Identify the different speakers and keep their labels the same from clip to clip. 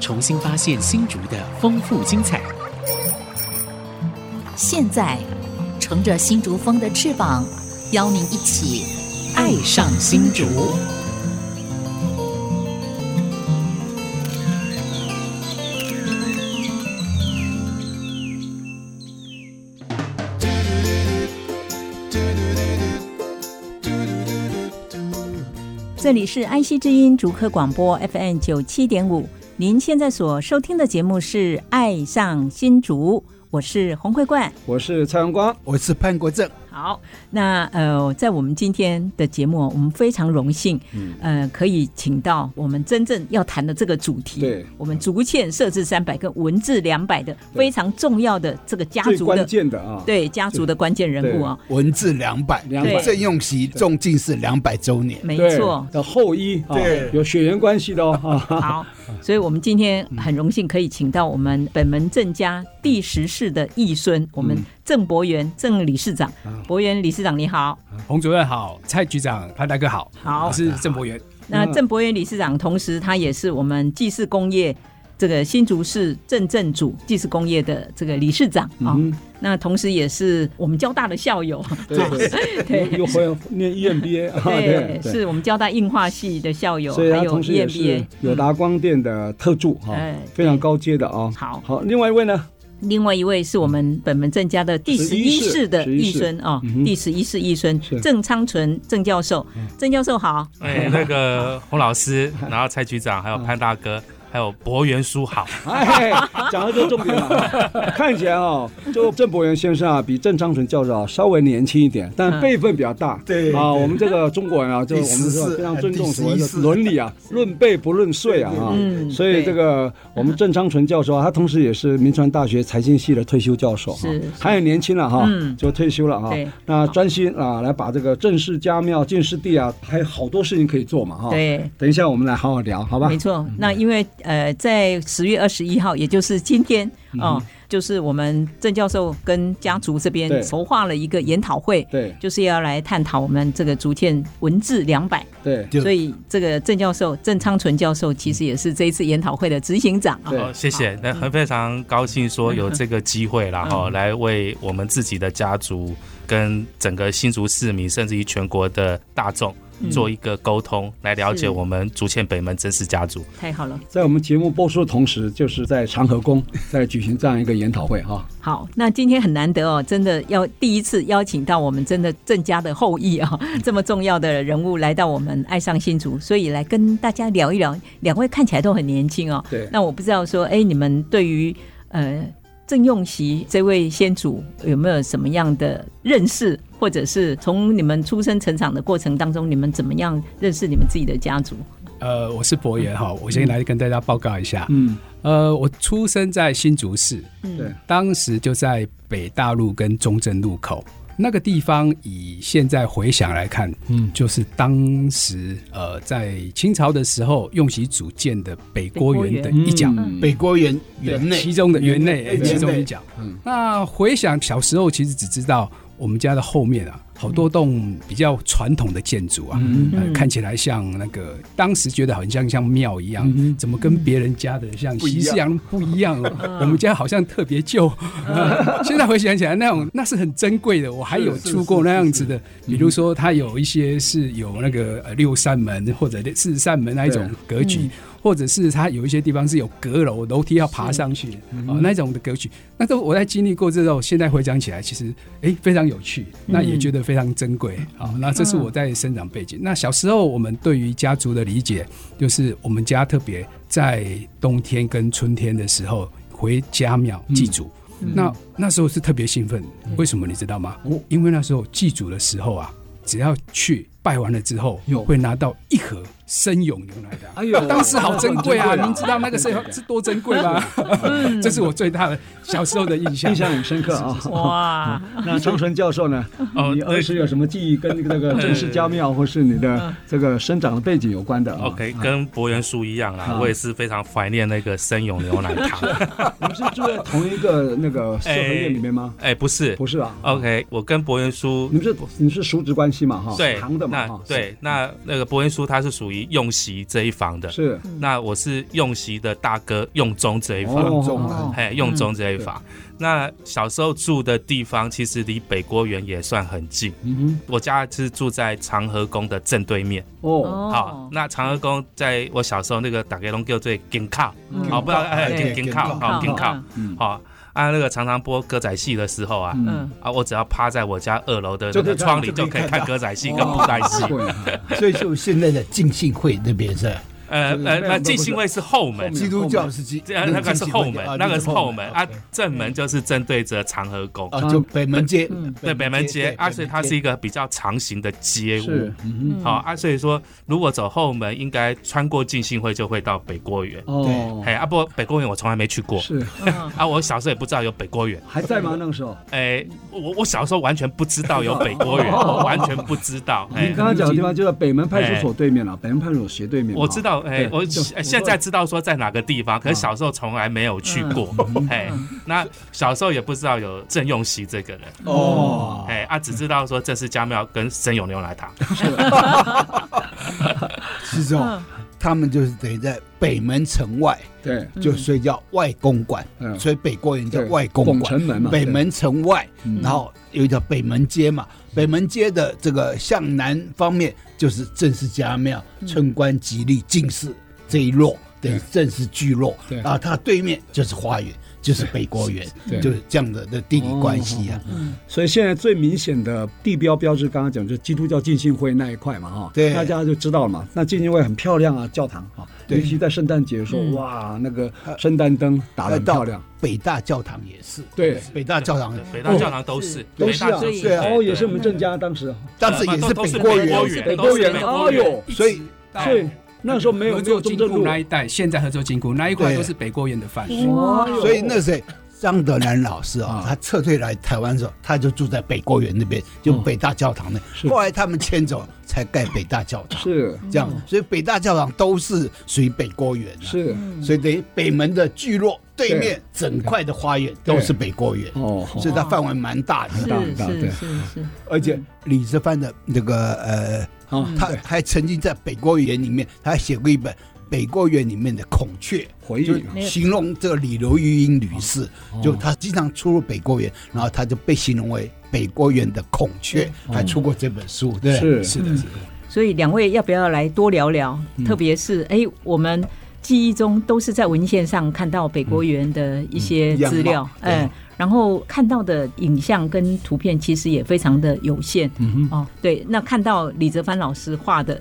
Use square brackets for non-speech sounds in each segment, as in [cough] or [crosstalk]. Speaker 1: 重新发现新竹的丰富精彩。
Speaker 2: 现在乘着新竹风的翅膀，邀您一起
Speaker 1: 爱上新竹，
Speaker 3: 这里是安溪之音竹科广播 FM 九七点五，您现在所收听的节目是《爱上新竹》，我是洪慧冠。
Speaker 4: 我是蔡阳光，
Speaker 5: 我是潘国正，
Speaker 3: 好，那呃，在我们今天的节目，我们非常荣幸，
Speaker 4: 嗯
Speaker 3: 呃，可以请到我们真正要谈的这个主题，
Speaker 4: 对
Speaker 3: 我们竹堑设置三百跟文字两百的
Speaker 4: 对
Speaker 3: 非常重要的这个家
Speaker 4: 最
Speaker 3: 族
Speaker 4: 关
Speaker 3: 的
Speaker 4: 键的啊，
Speaker 3: 对家族的关键人物啊、
Speaker 5: 文字两百，
Speaker 4: 200
Speaker 5: 郑用锡中进士两百周年，
Speaker 3: 没
Speaker 4: 对
Speaker 3: 错，
Speaker 4: 的后裔啊
Speaker 5: 对，
Speaker 4: 有血缘关系的哦。啊
Speaker 3: 好，所以我们今天很荣幸可以请到我们本门郑家第十世的义孙，我们郑伯元郑理事长，
Speaker 4: 嗯啊
Speaker 3: 伯元理事长你好。
Speaker 6: 洪主任好，蔡局长、潘大哥好，
Speaker 3: 好
Speaker 6: 我是郑博元。
Speaker 3: 那
Speaker 4: 嗯
Speaker 3: 郑伯元理事长，同时他也是我们纪氏工业这个新竹市镇政组纪氏工业的这个理事长啊、
Speaker 4: 嗯
Speaker 3: 那同时也是我们交大的校
Speaker 4: [laughs]
Speaker 3: 友，
Speaker 4: 对对对，又又回来念 EMBA 啊，对对，
Speaker 3: 是我们交大硬化系的校友，
Speaker 4: 所以
Speaker 3: 还
Speaker 4: 他
Speaker 3: 有 E
Speaker 4: 同时也
Speaker 3: EMBA
Speaker 4: 是。友达光电的特助哈
Speaker 3: 嗯哎，
Speaker 4: 非常高阶的啊。
Speaker 3: 好
Speaker 4: 好，另外一位呢，
Speaker 3: 另外一位是我们本门郑家的第十一
Speaker 4: 11世
Speaker 3: 世的
Speaker 4: 11
Speaker 3: 义
Speaker 4: 世
Speaker 3: 孙啊
Speaker 4: 嗯，哼
Speaker 3: 第十一世义孙
Speaker 4: 是
Speaker 3: 郑昌纯郑教授，郑教授好，
Speaker 7: 哎，那个洪老师，然后蔡局长，还有潘大哥，还有博元叔好，
Speaker 4: 哎，讲到这重
Speaker 3: [laughs]
Speaker 4: 点了。看起来啊，就郑伯元先生啊，比郑昌纯教授啊稍微年轻一点，
Speaker 3: 嗯
Speaker 4: 但辈分比较大。
Speaker 5: 对
Speaker 4: 啊，
Speaker 5: 对
Speaker 4: 我们这个中国人
Speaker 5: [laughs]
Speaker 4: 啊，就
Speaker 5: 第
Speaker 4: 我们说
Speaker 5: 十四哎
Speaker 4: 非常尊重
Speaker 5: 第
Speaker 4: 所谓
Speaker 5: 十一
Speaker 4: 的
Speaker 5: 世
Speaker 4: 伦理
Speaker 5: [laughs]
Speaker 4: 啊，论辈不论岁啊啊。
Speaker 3: 嗯
Speaker 4: 所以这个我们郑昌纯教授啊，他同时也是民传大学财经系的退休教授哈
Speaker 3: 是是，
Speaker 4: 还很年轻了哈
Speaker 3: 嗯，
Speaker 4: 就退休了哈
Speaker 3: 对。
Speaker 4: 那专心啊，来把这个郑氏家庙、进士地啊，还有好多事情可以做嘛哈。，
Speaker 3: 对。
Speaker 4: 等一下我们来好好聊，好吧嗯
Speaker 3: 没？错，那因为呃，在十月二十一号，也就是今天
Speaker 4: 嗯
Speaker 3: 哦，就是我们郑教授跟家族这边
Speaker 4: 对
Speaker 3: 筹划了一个研讨会，
Speaker 4: 对
Speaker 3: 就是要来探讨我们这个竹堑文字两百。
Speaker 4: 对
Speaker 5: 就
Speaker 3: 所以这个郑教授郑昌纯教授其实也是这一次研讨会的执行长啊。
Speaker 4: 对
Speaker 7: 哦，谢谢，那很非常高兴说有这个机会啦，然
Speaker 4: 嗯
Speaker 7: 后来为我们自己的家族跟整个新竹市民，甚至于全国的大众
Speaker 4: 嗯
Speaker 7: 做一个沟通，来了
Speaker 3: 是
Speaker 7: 解我们竹堑北门真实家族。
Speaker 3: 太好了，
Speaker 4: 在我们节目播出的同时，就是在长和 [laughs] 宫在举行这样一个研讨会哈。
Speaker 3: 好，那今天很难得哦，真的要第一次邀请到我们真的郑家的后裔啊、
Speaker 4: 嗯
Speaker 3: 这么重要的人物来到我们爱上新竹，所以来跟大家聊一聊。两位看起来都很年轻哦，
Speaker 4: 对
Speaker 3: 那我不知道说，哎，你们对于呃郑用锡这位先祖有没有什么样的认识，或者是从你们出生成长的过程当中，你们怎么样认识你们自己的家族？
Speaker 6: 呃，我是博元哈，我先来跟大家报告一下。
Speaker 4: 嗯，
Speaker 6: 呃，我出生在新竹市，
Speaker 4: 对，
Speaker 6: 当时就在北大路跟中正路口那个地方。以现在回想来看，嗯，就是当时呃，在清朝的时候用其组建的北郭园的一角。
Speaker 4: 嗯
Speaker 5: 北郭园园内
Speaker 6: 其中的园内，哎
Speaker 5: 园内嗯
Speaker 6: 其中一角。那回想小时候，其实只知道我们家的后面
Speaker 5: 嗯
Speaker 6: 啊，好多栋比较传统的建筑啊，
Speaker 5: 嗯
Speaker 6: 呃看起来像那个当时觉得好像像庙一样，怎么跟别人家的像
Speaker 5: 嗯不一
Speaker 6: 西
Speaker 5: 样嗯
Speaker 6: 式洋不一样哦？我们家好像特别旧。 [laughs] 现在回想起来，那种那是很珍贵的。我还有出过那样子
Speaker 5: 嗯
Speaker 6: 的，比如说它有一些是有那个呃六扇门或者四扇门那一种格局。或者是它有一些地方是有阁楼，楼梯要爬上去的，哦，那种的格局，那都我在经历过之后，现在回想起来，其实哎非常有趣，那也觉得非常珍贵。好，那这是我在生长背景。那小时候我们对于家族的理解，就是我们家特别在冬天跟春天的时候回家庙祭祖。那那时候是特别兴奋，为什么你知道吗？因为那时候祭祖的时候啊，只要去拜完了之后
Speaker 4: 有，
Speaker 6: 会拿到一盒生永牛奶的啊、
Speaker 4: 哎呦
Speaker 6: 当时好珍贵啊！
Speaker 4: 很珍贵啊嗯
Speaker 6: 您知道那
Speaker 4: [laughs]
Speaker 6: 个时候是多珍贵吗？ [laughs] 这是我最大的小时候的印象
Speaker 4: 印。象很深刻 [laughs] 啊。
Speaker 3: 哇，
Speaker 4: 那张纯教授呢？
Speaker 7: 哦
Speaker 4: 你儿时有什么记忆跟那
Speaker 7: [laughs]
Speaker 4: 个正式家庙或是你的这个生长的背景有关的啊
Speaker 7: 嗯 OK，跟博元叔一样啦，
Speaker 4: 啊
Speaker 7: 我也是非常怀念那个生永牛奶
Speaker 4: [laughs]
Speaker 7: 糖。
Speaker 4: 你们是住在同一个那个四合院里面吗？
Speaker 7: 哎，不是
Speaker 4: 不是啊，
Speaker 7: ，OK，我跟博元叔
Speaker 4: 你们是你们是叔侄关系嘛哈？
Speaker 7: 对
Speaker 4: 堂的嘛
Speaker 7: 那
Speaker 4: 哈？
Speaker 7: 对，那那个博元叔他是属于用席这一房的，
Speaker 4: 是
Speaker 7: 那我是用席的大哥用中这一房。
Speaker 4: 哦
Speaker 5: 中
Speaker 4: 哦
Speaker 7: 哎，用中这一房。那小时候住的地方其实离北郭园也算很近，
Speaker 4: 嗯
Speaker 7: 我家是住在长和宫的正对面。
Speaker 4: 哼哦，
Speaker 3: 哦
Speaker 7: 好，那长和宫在我小时候那个打开龙叫做金靠，
Speaker 3: 嗯
Speaker 7: 好，不知道哎，
Speaker 3: 对
Speaker 7: 金金靠，好金靠，好啊，那个常常播歌仔戏的时候啊。
Speaker 4: 嗯
Speaker 3: 嗯，
Speaker 7: 啊！我只要趴在我家二楼的
Speaker 4: 就
Speaker 7: 那
Speaker 4: 可以
Speaker 7: 个
Speaker 4: 看
Speaker 7: 窗里，
Speaker 5: 就
Speaker 7: 就
Speaker 5: 可
Speaker 7: 可
Speaker 5: 以
Speaker 7: 以
Speaker 5: 看
Speaker 7: 看
Speaker 5: 到
Speaker 7: 歌仔戏跟布袋戏。
Speaker 4: 对啊
Speaker 5: 所以就现在的浸信会那边是吧
Speaker 7: 呃
Speaker 4: 就是
Speaker 7: 呃，
Speaker 4: 那
Speaker 7: 那
Speaker 4: 种都
Speaker 7: 进
Speaker 4: 不是
Speaker 7: 信会是后门，
Speaker 5: 基督教是基，
Speaker 7: 这那个是后门，那个是后门啊
Speaker 5: OK，
Speaker 7: 正门就是正对着长河宫。
Speaker 5: 啊，就北门街，
Speaker 7: 嗯对北门街，啊，所以它是一
Speaker 5: 一
Speaker 7: 个比较长形的街
Speaker 4: 是
Speaker 7: 屋。
Speaker 4: 嗯
Speaker 7: 好啊，所以说如果走后门，应该穿过进信会就会到北郭园
Speaker 4: 哼。哦
Speaker 7: 哎，啊不，北郭园我从来没去过。
Speaker 4: 是
Speaker 7: [laughs] 啊，我小时候也不知道有北郭园。
Speaker 4: 还在吗？那个时候，
Speaker 7: 哎，我我小时候完全不知道有北郭园，我完全不知道。
Speaker 4: 你
Speaker 7: 哎，
Speaker 4: 刚刚讲的地方就在北门派出所对面了，北门派出所斜对面嘛。
Speaker 7: 我知道，哎
Speaker 4: 对，
Speaker 7: 我
Speaker 4: 就
Speaker 7: 哎现在知道说在哪个地方，可是小时候从来没有去过。哎，那小时候也不知道有郑用锡这个人。
Speaker 4: 哦，
Speaker 7: 哎啊，只知道说这是家庙跟生永牛奶堂。
Speaker 5: 是这
Speaker 7: 嗯
Speaker 5: 种，他们就是等于在北门城外，
Speaker 4: 对，
Speaker 5: 就所以叫外公馆，
Speaker 4: 嗯，
Speaker 5: 所以北郭人叫
Speaker 4: 对
Speaker 5: 外公
Speaker 4: 拱
Speaker 5: 馆。
Speaker 4: 城门嘛，
Speaker 5: 北门城外，
Speaker 4: 嗯
Speaker 5: 然后有一条北门街嘛，北门街的这个向南方面就是郑氏家庙、
Speaker 4: 嗯
Speaker 5: 村官吉利进士这一落，等于郑氏聚落，
Speaker 6: 对
Speaker 5: 然后它对面就是花园，就是北国园，
Speaker 6: 对
Speaker 5: 就是这样的的地理
Speaker 4: 哦
Speaker 5: 关系啊，
Speaker 4: 所以现在最明显的地标标志，刚刚讲就是基督教浸信会那一块嘛，哈，
Speaker 5: 对
Speaker 4: 大家就知道了嘛。那浸信会很漂亮啊，教堂啊，
Speaker 5: 对嗯呃
Speaker 4: 尤其在圣诞节的时候，哇，那个圣诞灯打得很漂亮，
Speaker 5: 北大教堂也是，
Speaker 4: 对，
Speaker 5: 北大教堂
Speaker 7: 北大教堂都是，
Speaker 4: 都
Speaker 7: 北
Speaker 4: 是
Speaker 7: 大
Speaker 4: 啊
Speaker 7: 教堂
Speaker 4: 对啊，
Speaker 7: 对
Speaker 4: 哦，也是我们郑家当时，
Speaker 5: 当时也是北国
Speaker 7: 都
Speaker 5: 园
Speaker 7: 是，
Speaker 4: 北
Speaker 7: 北
Speaker 4: 郭
Speaker 7: 郭
Speaker 4: 园
Speaker 7: 园，
Speaker 4: 哎呦，
Speaker 5: 所以
Speaker 4: 所以那时候没有
Speaker 6: 合
Speaker 4: 没有
Speaker 6: 作
Speaker 4: 中
Speaker 6: 金
Speaker 4: 正
Speaker 6: 库
Speaker 4: 路，
Speaker 6: 那一带，现在合作金库那一块都是北郭园的范围。
Speaker 4: 哇哟
Speaker 5: 所以那谁，张德兰老师啊
Speaker 4: 啊，
Speaker 5: 他撤退来台湾的时候，他就住在北郭园那边，就北大教堂那。
Speaker 4: 嗯是
Speaker 5: 后来他们迁走，才盖北大教堂。
Speaker 4: 是嗯
Speaker 5: 这样，所以北大教堂都是属于北郭园、啊。，
Speaker 4: 是
Speaker 5: 所以等于北门的聚落对
Speaker 4: 对
Speaker 5: 面整块的花园都是北郭园，
Speaker 4: 哦，
Speaker 5: 所以它范围蛮大的。
Speaker 4: 大
Speaker 3: 是
Speaker 4: 大对
Speaker 3: 是是是，
Speaker 5: 而且李泽藩的那个呃，
Speaker 4: 好，
Speaker 5: 他
Speaker 4: 对
Speaker 5: 还曾经在北郭园里面，他还写过一本《北郭园里面的孔雀》。
Speaker 4: 回忆
Speaker 5: 就
Speaker 4: 啊
Speaker 5: 形容这个李刘玉英女士，
Speaker 4: 哦
Speaker 5: 就她经常出入北郭园，然后她就被形容为北郭园的孔雀，还出过这本书，对，
Speaker 4: 嗯是
Speaker 6: 是的，是的。
Speaker 3: 所以两位要不要来多聊聊？
Speaker 4: 嗯
Speaker 3: 特别是哎，我们记忆中都是在文献上看到北国园的一些资料，
Speaker 5: 嗯嗯样貌
Speaker 3: 哎，然后看到的影像跟图片其实也非常的有限。
Speaker 4: 嗯哼，
Speaker 3: 哦，对，那看到李泽藩老师画的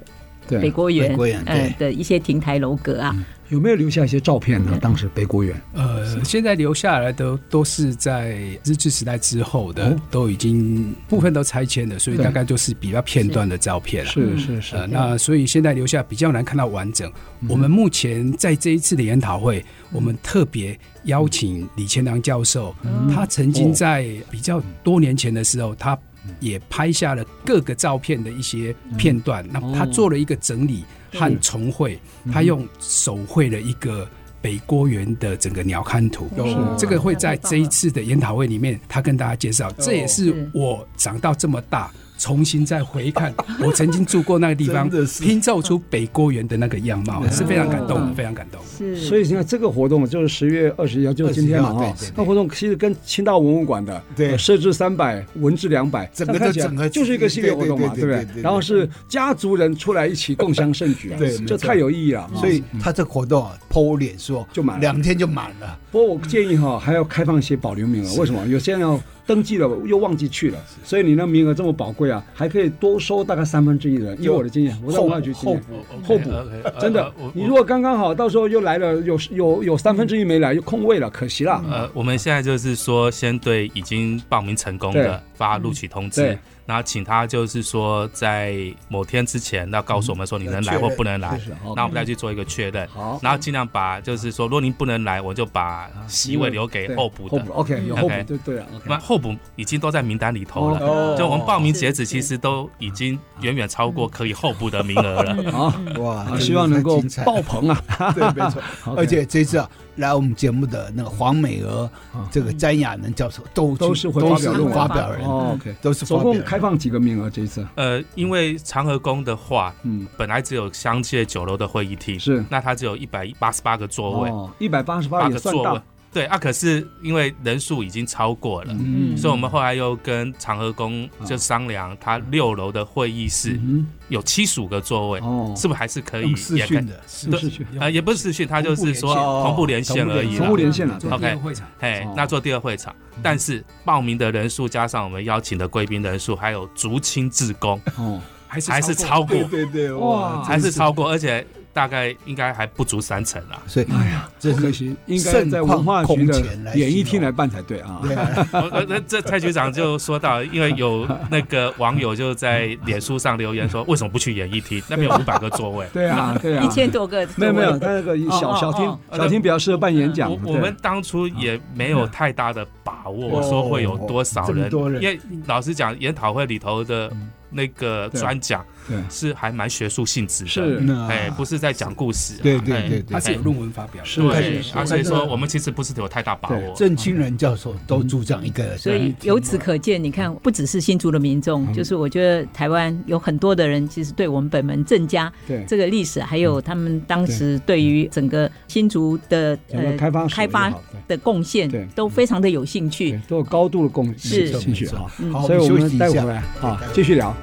Speaker 3: 北
Speaker 4: 对，
Speaker 3: 国园
Speaker 5: 北郭园，
Speaker 3: 呃
Speaker 5: 对
Speaker 3: 的一些亭台楼阁啊，
Speaker 4: 有没有留下一些照片
Speaker 5: 嗯
Speaker 4: 呢？当时北国园
Speaker 6: 呃，现在留下来的都是在日治时代之后的，
Speaker 4: 哦
Speaker 6: 都已经部分都拆迁了，所以
Speaker 4: 对
Speaker 6: 大概就是比较片段的照片了。
Speaker 4: 是是嗯
Speaker 6: 呃，
Speaker 4: 是，
Speaker 6: 那所以现在留下比较难看到完整。我们目前在这一次的研讨会，我们特别邀请李乾良教授，
Speaker 4: 嗯
Speaker 6: 他曾经在比较多年前的时候，他也拍下了各个照片的一些片段，
Speaker 4: 嗯
Speaker 6: 那他做了一个整理
Speaker 4: 哦
Speaker 6: 和重绘，他用手绘了一个。北郭园的整个鸟瞰图，
Speaker 4: 嗯
Speaker 6: 这个会在这一次的研讨会里面，他跟大家介绍。这也是我长到这么大重新再回看我曾经住过那个地
Speaker 5: [laughs]
Speaker 6: 方
Speaker 5: 真的，是嗯
Speaker 6: 拼凑出北郭园的那个样貌，是非常感动的，非常感动。
Speaker 3: 是，
Speaker 4: 所以你看这个活动就是十月二十一号，就是今天嘛
Speaker 5: 20号
Speaker 4: 哈
Speaker 5: 对对对。
Speaker 4: 那活动其实跟清大文物馆的
Speaker 5: 对
Speaker 4: 呃设置三百，文治两百，
Speaker 5: 整个
Speaker 4: 这样看
Speaker 5: 就
Speaker 4: 起来
Speaker 5: 整个
Speaker 4: 就是一个系列活动嘛，
Speaker 5: 对
Speaker 4: 不
Speaker 5: 对对
Speaker 4: 对
Speaker 5: 对对对？
Speaker 4: 然后是家族人出来一起共襄盛举啊，
Speaker 5: [laughs] 对没错嗯
Speaker 4: 这太有意义了。哦
Speaker 5: 所以他这个活动啊，抛脸说
Speaker 4: 就满了
Speaker 5: 两天就满了，
Speaker 4: 不过我建议哈，还要开放一些保留名额。为什么？有些人要登记了又忘记去了，所以你那名额这么宝贵啊，还可以多收大概三分之一的人。以我的经验，我在文化局经验，
Speaker 7: 后
Speaker 4: 补
Speaker 7: 补
Speaker 4: 真的，你如果刚刚好，到时候又来了，有有有三分之一没来，又空位了，可惜
Speaker 7: 嗯
Speaker 4: 了。
Speaker 7: 呃，我们现在就是说，先对已经报名成功的发录取通知
Speaker 4: 对，
Speaker 7: 然后请他就是说在某天之前，那告诉我们说你能来或不能来
Speaker 4: 是是好，
Speaker 7: 那我们再去做一个确认。
Speaker 4: 好
Speaker 7: 然后尽量把就是说，如果您不能来，我就把席位留给候补
Speaker 4: 候
Speaker 7: 的嗯
Speaker 4: 补。，OK，有
Speaker 7: OK
Speaker 4: 候补就对啊了
Speaker 7: 那
Speaker 4: ，OK，
Speaker 7: 候补已经都在名单里头了，
Speaker 4: 哦
Speaker 7: 就我们报名截
Speaker 3: 是是
Speaker 7: 止，其实都已经远远超过可以候补的名额
Speaker 5: [laughs]
Speaker 7: 了。
Speaker 4: 好，
Speaker 5: 哇
Speaker 4: 啊希望能够爆
Speaker 5: 爆
Speaker 4: 棚啊！
Speaker 5: [laughs] 对，
Speaker 4: [laughs]
Speaker 5: 没错。而且这次啊，来我们节目的那个黄美娥
Speaker 4: 啊、
Speaker 5: 这个詹亚能教授都去
Speaker 4: 都是会
Speaker 5: 都
Speaker 4: 发表
Speaker 5: 是
Speaker 4: 论文
Speaker 5: 发表人，
Speaker 4: 哦，OK，
Speaker 5: 都是
Speaker 4: 总
Speaker 5: 发表
Speaker 4: 共
Speaker 5: 人
Speaker 4: 开放几个名额这一次？
Speaker 7: 呃，因为长和宫的话，
Speaker 4: 嗯，
Speaker 7: 本来只有香界酒楼的会议厅，
Speaker 4: 是
Speaker 7: 那它只有一百八十八个座位，
Speaker 4: 哦，一百八十
Speaker 7: 八
Speaker 4: 八也
Speaker 7: 个
Speaker 4: 算
Speaker 7: 座位
Speaker 4: 大，，
Speaker 7: 对啊，可是因为人数已经超过了。
Speaker 4: 嗯
Speaker 7: 所以，我们后来又跟长和宫就商量，它六楼的会议室
Speaker 4: 嗯，
Speaker 7: 有七十五个座位，
Speaker 4: 哦，
Speaker 7: 是不是还是可以
Speaker 5: 用视
Speaker 7: 也可以
Speaker 5: 讯的，
Speaker 6: 是
Speaker 4: 不是去
Speaker 7: 呃，也不是视讯，它就是说
Speaker 5: 同
Speaker 7: 同
Speaker 5: 步
Speaker 7: 步连线而已
Speaker 4: 哦同
Speaker 7: 啦
Speaker 4: 步。连线了
Speaker 6: 做第二
Speaker 7: OK
Speaker 6: 会场
Speaker 7: 嘿
Speaker 4: 哦，嗯
Speaker 7: 那做第二会场，但是报名的人数加上我们邀请的贵宾人数，还有竹青志工，
Speaker 4: 哦，
Speaker 6: 还是
Speaker 7: 还是超过
Speaker 5: 对，对对，
Speaker 4: 哇
Speaker 5: 哇，。
Speaker 7: 还是超过，而且大概应该还不足三成啊
Speaker 5: 所以
Speaker 4: 哎呀，
Speaker 5: 这
Speaker 4: 可
Speaker 5: 是
Speaker 4: 惜，应该在文化局的演艺厅来办才对啊。
Speaker 5: 对
Speaker 7: [laughs]
Speaker 5: 啊，
Speaker 7: 呃呃那这蔡局长就说到，因为有那个网友就在脸书上留言说，为什么不去演艺厅？那边有五百个
Speaker 5: [laughs]
Speaker 7: 座位。
Speaker 4: 对啊，对啊，
Speaker 3: 一千多个座位，
Speaker 4: 没有没有，他那个
Speaker 5: 哦
Speaker 4: 小小厅小厅比较适合办演讲
Speaker 7: 我。我们当初也没有太大的把握，
Speaker 5: 哦
Speaker 7: 说会有多少
Speaker 5: 这
Speaker 7: 人
Speaker 5: 么，多人嗯
Speaker 7: 因为老实讲，研讨会里头的那个
Speaker 4: 对
Speaker 7: 专讲
Speaker 4: 对
Speaker 7: 是还蛮学术性质的，
Speaker 4: 是
Speaker 5: 那
Speaker 7: [laughs] 哎，不是在讲故事啊，
Speaker 5: 啊对对
Speaker 7: 哎
Speaker 5: 对对
Speaker 6: 它是有论文发表的，
Speaker 4: 是
Speaker 7: 对
Speaker 4: 是，
Speaker 7: 啊，
Speaker 5: 是
Speaker 7: 所以说我们其实不是有太大把握。
Speaker 5: 郑清仁教授都主讲一个，
Speaker 3: 所以由此可见，你看，不只是新竹的民
Speaker 4: 嗯
Speaker 3: 众，就是我觉得台湾有很多的人，其实对我们本门郑家
Speaker 4: 对
Speaker 3: 这个历史，还有他们当时对于整个新竹的
Speaker 4: 整个开发
Speaker 3: 呃开发的贡献
Speaker 4: 对，
Speaker 3: 都非常的有兴趣
Speaker 4: 对。都有高度的共兴趣啊。
Speaker 5: 好，
Speaker 4: 所以我
Speaker 5: 我们休
Speaker 4: 们
Speaker 5: 息一
Speaker 4: 待会
Speaker 5: 下
Speaker 4: 儿回来啊，继续聊。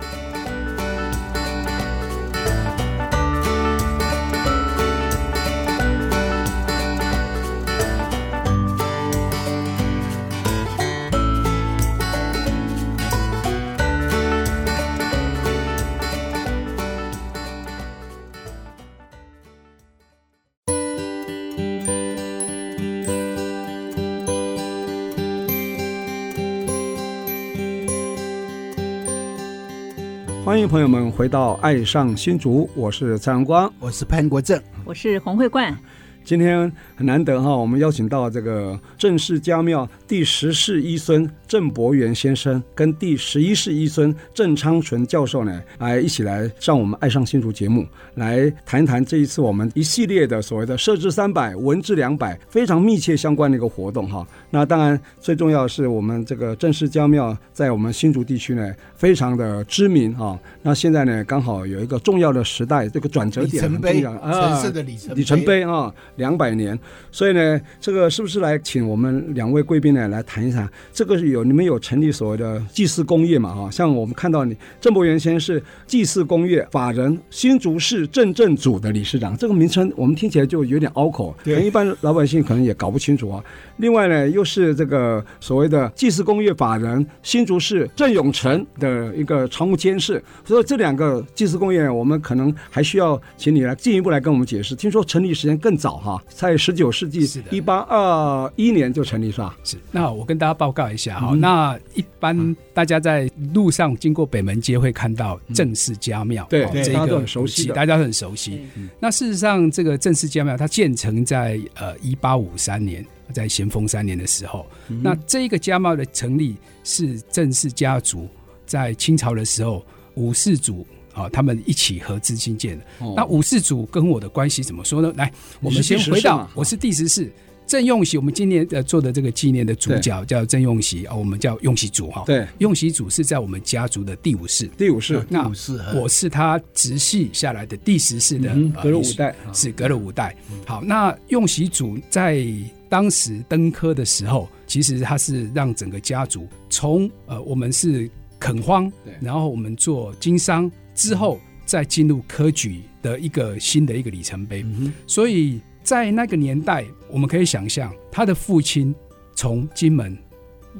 Speaker 4: 欢迎朋友们回到《爱上新竹》，我是蔡阳光。
Speaker 5: 我是潘国正，
Speaker 3: 我是洪慧冠，
Speaker 4: 今天很难得哈，我们邀请到这个郑氏家庙第十世医孙郑伯元先生跟第十一世医孙郑昌纯教授呢，来一起来上我们《爱上新竹》节目，来谈一谈这一次我们一系列的所谓的设置三百、文治两百非常密切相关的一个活动哈。那当然最重要的是我们这个郑氏家庙在我们新竹地区呢非常的知名哈。那现在呢刚好有一个重要的时代，这个转折
Speaker 5: 里
Speaker 4: 点
Speaker 5: 程
Speaker 4: 很重
Speaker 5: 碑，
Speaker 4: 要啊
Speaker 5: 城市的里程
Speaker 4: 里程碑啊，两百年。所以呢，这个是不是来请我们两位贵宾呢来谈一谈？这个是有你们有成立所谓的祭祀工业嘛？哈，像我们看到你郑伯元先是祭祀工业法人新竹市镇政组的理事长，这个名称我们听起来就有点拗口，可
Speaker 5: 对
Speaker 4: 能一般老百姓可能也搞不清楚啊。另外呢，又是这个所谓的祭祀工业法人新竹市郑永成的一个常务监事，所以这两个祭祀工业，我们可能还需要请你来进一步来跟我们解释。听说成立时间更早哈，在十九世纪
Speaker 6: 是的
Speaker 4: 一八二一年就成立是吧？
Speaker 6: 是，那我跟大家报告一下哈、
Speaker 4: 嗯
Speaker 6: 那一般大家在路上经过北门街会看到郑氏家庙，
Speaker 4: 嗯对
Speaker 6: 哦
Speaker 4: 对
Speaker 6: 这
Speaker 4: 大家都
Speaker 6: 个
Speaker 4: 很熟悉
Speaker 6: 古迹
Speaker 4: 的嗯
Speaker 6: 大家都很熟悉。那事实上，这个郑氏家庙它建成在呃一八五三年，在咸丰三年的时候，
Speaker 4: 嗯
Speaker 6: 那这个家庙的成立是郑氏家族在清朝的时候五世祖。啊、他们一起合资兴建的。那五世祖跟我的关系怎么说呢？来，我
Speaker 4: 哦你
Speaker 6: 们
Speaker 4: 是第
Speaker 6: 先
Speaker 4: 十
Speaker 6: 回
Speaker 4: 世
Speaker 6: 到
Speaker 4: 嘛
Speaker 6: 我是第十世，郑用喜，我们今年呃做的这个纪念的主角叫郑用喜啊、我们叫用喜祖哈。，
Speaker 4: 对，
Speaker 6: 用喜祖是在我们家族的第五世，
Speaker 4: 第五世，
Speaker 6: 那
Speaker 5: 五世
Speaker 6: 我是他直系下来的第十世的、
Speaker 4: 嗯
Speaker 6: 呃
Speaker 4: 隔了
Speaker 6: 一
Speaker 4: 五
Speaker 6: 世
Speaker 4: 代，
Speaker 6: 是隔了五代。好，那用喜祖在当时登科的时候，其实他是让整个家族从呃我们是垦荒
Speaker 4: 对，
Speaker 6: 然后我们做经商之后，再进入科举的一个新的一个里程碑。
Speaker 4: 嗯
Speaker 6: 所以在那个年代，我们可以想象他的父亲从金门。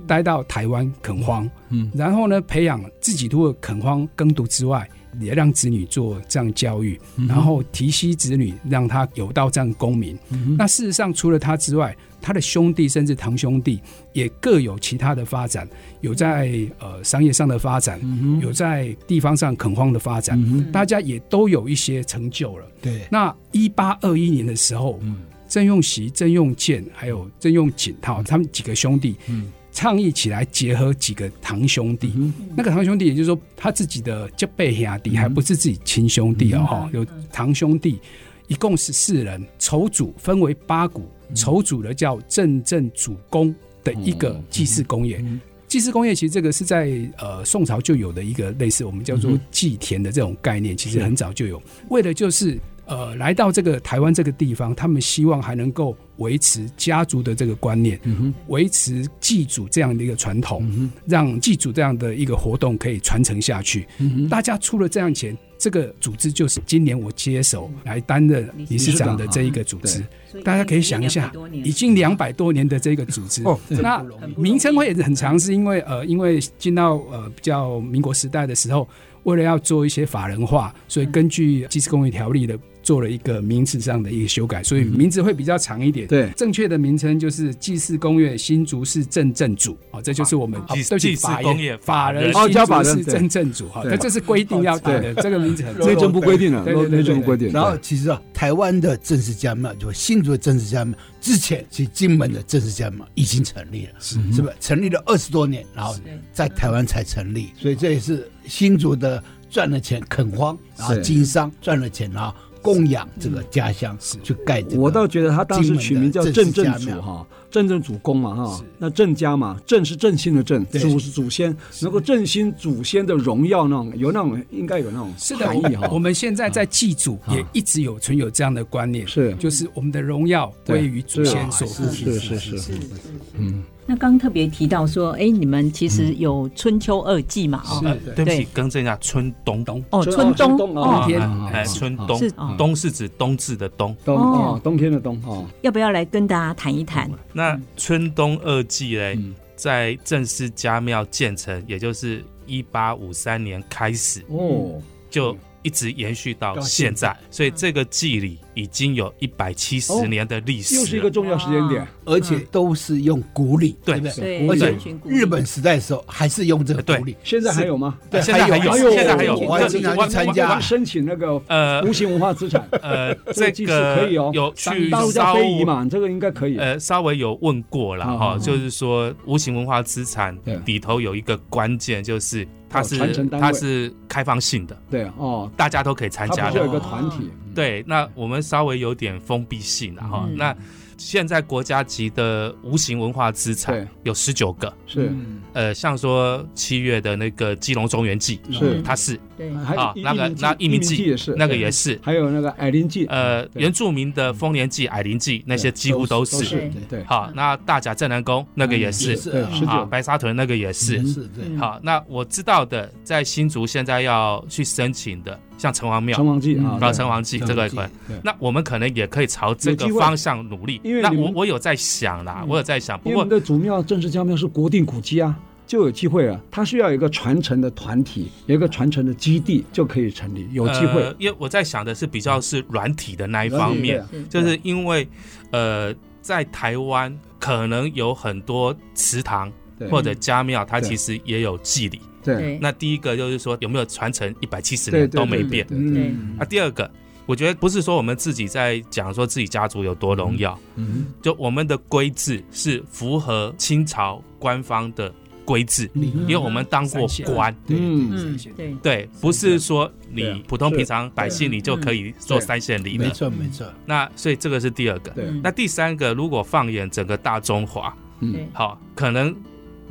Speaker 6: 待到台湾垦荒，
Speaker 4: 嗯
Speaker 6: 然后呢，培养自己除了垦荒耕读之外，也让子女做这样教育，然后提携子女，让他有到这样功名。那事实上，除了他之外，他的兄弟甚至堂兄弟也各有其他的发展，有在呃商业上的发展，有在地方上垦荒的发展，大家也都有一些成就了。
Speaker 5: 对，
Speaker 6: 那一八二一年的时候，郑用锡、郑用建还有郑用锦哈，他们几个兄弟，倡议起来结合几个堂兄弟。那个堂兄弟，也就是说他自己的结拜兄弟，还不是自己亲兄弟哦，哈、有堂兄弟，一共十四人，筹组分为八股，筹组的叫郑郑主公的一个祭祀工业。祭祀工业其实这个是在呃宋朝就有的一个类似我们叫做祭田的这种概念，其实很早就有。为的就是呃来到这个台湾这个地方，他们希望还能够维持家族的这个观念，维持祭祖这样的一个传统，让祭祖这样的一个活动可以传承下去。大家出了这样钱，这个组织就是今年我接手来担任理事长的这一个组织。大家可以想一下，已经两百多年的这个组织，
Speaker 4: 哦
Speaker 6: 那名称会很长，是因为呃，因为进到呃比较民国时代的时候，为了要做一些法人化，所以根据《祭祀公益条例》的做了一个名字上的一个修改，所以名字会比较长一点。
Speaker 4: 对
Speaker 6: 正确的名称就是祭祀公约新竹市镇镇主，哦，这就是我们
Speaker 7: 祭
Speaker 6: 哦对不起
Speaker 7: 祭祀
Speaker 6: 法
Speaker 7: 公
Speaker 6: 人
Speaker 7: 业
Speaker 6: 法人
Speaker 4: 哦
Speaker 6: 新
Speaker 4: 叫法
Speaker 6: 竹
Speaker 4: 人
Speaker 6: 市
Speaker 4: 对
Speaker 6: 镇镇主哈，
Speaker 4: 对
Speaker 6: 哦那这是规定要打的，这个名字很
Speaker 4: 内政部规定了，
Speaker 6: 对对对对
Speaker 4: 内政部规定。
Speaker 5: 然后
Speaker 4: 对
Speaker 5: 其实啊，台湾的正式家庙，就新竹的正式家庙，之前其实金门的正式家庙已经成立了，是
Speaker 4: 嗯
Speaker 5: 是吧？成立了二十多年，然后在台湾才成立，所以这也是新竹的赚了钱垦荒，然后
Speaker 4: 是嗯
Speaker 5: 经商赚了钱，然后供养这个家乡，去盖这个。
Speaker 4: 我倒觉得他当时取名叫郑正主
Speaker 5: 金门的郑氏家庙
Speaker 4: 哈，郑正主公嘛哈，那郑家嘛，郑是振兴的郑，
Speaker 5: 对
Speaker 4: 祖是祖先，能够振兴祖先的荣耀那种，有那种应该有那种
Speaker 6: 是的，
Speaker 4: 含义哈
Speaker 7: [laughs]
Speaker 4: 啊
Speaker 6: 我。我们现在在祭祖也一直有存有这样的观念，
Speaker 4: 是
Speaker 6: 就是我们的荣耀
Speaker 4: 对
Speaker 6: 归于祖先所赋。
Speaker 4: 是是是是，
Speaker 7: 嗯
Speaker 3: 那刚刚特别提到说，哎，你们其实有春秋二季嘛，哦，
Speaker 6: 嗯
Speaker 7: 呃对不起
Speaker 3: 对，
Speaker 7: 更正一下，春冬冬
Speaker 3: 哦，春冬
Speaker 4: 冬
Speaker 3: 哦
Speaker 4: 啊，
Speaker 6: 冬天
Speaker 7: 啊哎，春冬
Speaker 3: 是
Speaker 7: 冬是指冬至的冬。
Speaker 4: 冬
Speaker 3: 哦
Speaker 4: 哦，冬天的冬哈，
Speaker 3: 要不要来跟大家谈一谈？
Speaker 7: 那春冬二季嘞
Speaker 4: 嗯，
Speaker 7: 在正式家庙建成，也就是一八五三年开始，
Speaker 4: 哦，
Speaker 7: 就一直延续到
Speaker 5: 到
Speaker 7: 现
Speaker 5: 现在
Speaker 7: 在，所以这个祭礼已经有一百七
Speaker 4: 哦
Speaker 7: 十年的历史了。
Speaker 4: 又是一个重要时间点，
Speaker 5: 而且都是用古礼，
Speaker 7: 对
Speaker 5: 不对？
Speaker 3: 对，
Speaker 5: 而且
Speaker 3: 人群鼓励
Speaker 5: 日本时代的时候还是用这个古礼，
Speaker 4: 现在还有吗？哎
Speaker 5: 对，
Speaker 7: 现在还有
Speaker 5: 还
Speaker 7: 啊现在还有
Speaker 5: 我还经常
Speaker 7: 我
Speaker 5: 去参加
Speaker 4: 我申请那
Speaker 7: [laughs]
Speaker 4: 个
Speaker 7: 呃
Speaker 4: 无形文化资产， [laughs]
Speaker 7: 呃，
Speaker 4: 这个技
Speaker 7: 这
Speaker 4: 术可
Speaker 7: 个
Speaker 4: 以哦
Speaker 7: 有去
Speaker 4: 大陆叫
Speaker 7: 稍
Speaker 4: 非遗嘛，这个应该可以。
Speaker 7: 呃稍微有问过啦，
Speaker 4: 哦
Speaker 7: 哈，
Speaker 4: 哦
Speaker 7: 就是说无形文化资产
Speaker 4: 对
Speaker 7: 里头有一个关键，就是它
Speaker 4: 哦传
Speaker 7: 是
Speaker 4: 承单位
Speaker 7: 它是开放性的，
Speaker 4: 对哦，
Speaker 7: 大家都可以参
Speaker 4: 它
Speaker 7: 加哦
Speaker 4: 不是有一
Speaker 7: 的。
Speaker 4: 个团体，
Speaker 7: 对，那我们稍微有点封闭性了哈。
Speaker 3: 嗯
Speaker 7: 那现在国家级的无形文化资
Speaker 4: 对
Speaker 7: 产有十九个，
Speaker 4: 是
Speaker 7: 呃，像说七月的那个基隆中原祭，
Speaker 4: 是
Speaker 7: 它是
Speaker 3: 对，
Speaker 4: 还有
Speaker 7: 啊，
Speaker 4: 一
Speaker 7: 那个
Speaker 4: 一民
Speaker 7: 那
Speaker 4: 一
Speaker 7: 民
Speaker 4: 记
Speaker 7: 祭
Speaker 4: 也是，
Speaker 7: 那个也是，
Speaker 4: 还有那个矮灵记，
Speaker 7: 呃，
Speaker 4: 对
Speaker 7: 原住民的丰年祭、矮灵祭那些几乎
Speaker 4: 都
Speaker 7: 都
Speaker 4: 都嗯
Speaker 7: 是。
Speaker 4: 对，
Speaker 7: 好，那大甲镇南宫那个也是
Speaker 5: 也，是
Speaker 4: 对
Speaker 5: 啊
Speaker 4: 十
Speaker 7: 啊，
Speaker 4: 九
Speaker 7: 白沙屯那个也是。
Speaker 5: 嗯
Speaker 7: 嗯
Speaker 5: 是，对。
Speaker 3: 嗯
Speaker 7: 好，那我知道的，在新竹现在要去申请的，像城隍庙
Speaker 4: 成、王记啊，
Speaker 7: 啊，
Speaker 4: 对
Speaker 7: 城隍祭
Speaker 5: 城隍
Speaker 7: 这个
Speaker 5: 祭
Speaker 7: 可以
Speaker 4: 对。
Speaker 7: 那我们可能也可以朝这
Speaker 4: 有
Speaker 7: 个
Speaker 4: 机会
Speaker 7: 方向努力。
Speaker 4: 因为
Speaker 7: 那
Speaker 4: 你
Speaker 7: 我
Speaker 4: 们嗯
Speaker 7: 我有在想啦，我有在想，不
Speaker 4: 因为我
Speaker 7: 过
Speaker 4: 们的祖庙正式家庙是国定古迹啊，就有机会了。它需要有一个传承的团体，有一个传承的基地，就可以成立，有机会
Speaker 7: 呃。因为我在想的是比较是软体的那一
Speaker 4: 软
Speaker 7: 方
Speaker 4: 体
Speaker 7: 面，
Speaker 4: 对
Speaker 3: 是
Speaker 7: 就是因为呃，在台湾可能有很多祠堂
Speaker 4: 对
Speaker 7: 或者家庙，它
Speaker 4: 对
Speaker 7: 其实也有祭礼。
Speaker 4: 对
Speaker 7: 那第一个就是说有没有传承一百七十
Speaker 4: 对
Speaker 7: 年
Speaker 4: 对
Speaker 7: 都没变
Speaker 4: 对对对
Speaker 3: 对，
Speaker 7: 啊？第二个，我觉得不是说我们自己在讲说自己家族有多荣耀，
Speaker 4: 嗯
Speaker 7: 就我们的规制是符合清朝官方的规制，因为我们当过官。
Speaker 4: 嗯，
Speaker 3: 嗯，对，
Speaker 7: 对，不是说
Speaker 4: 对
Speaker 7: 你
Speaker 4: 啊嗯
Speaker 7: 普通
Speaker 4: 是
Speaker 7: 平常百姓你就可以做三线礼
Speaker 5: 没
Speaker 7: 了。
Speaker 5: 错，没错，
Speaker 7: 那所以这个是第二个。
Speaker 4: 对，
Speaker 3: 嗯
Speaker 7: 那第三个，如果放眼整个大中华，
Speaker 4: 嗯，
Speaker 7: 好，可能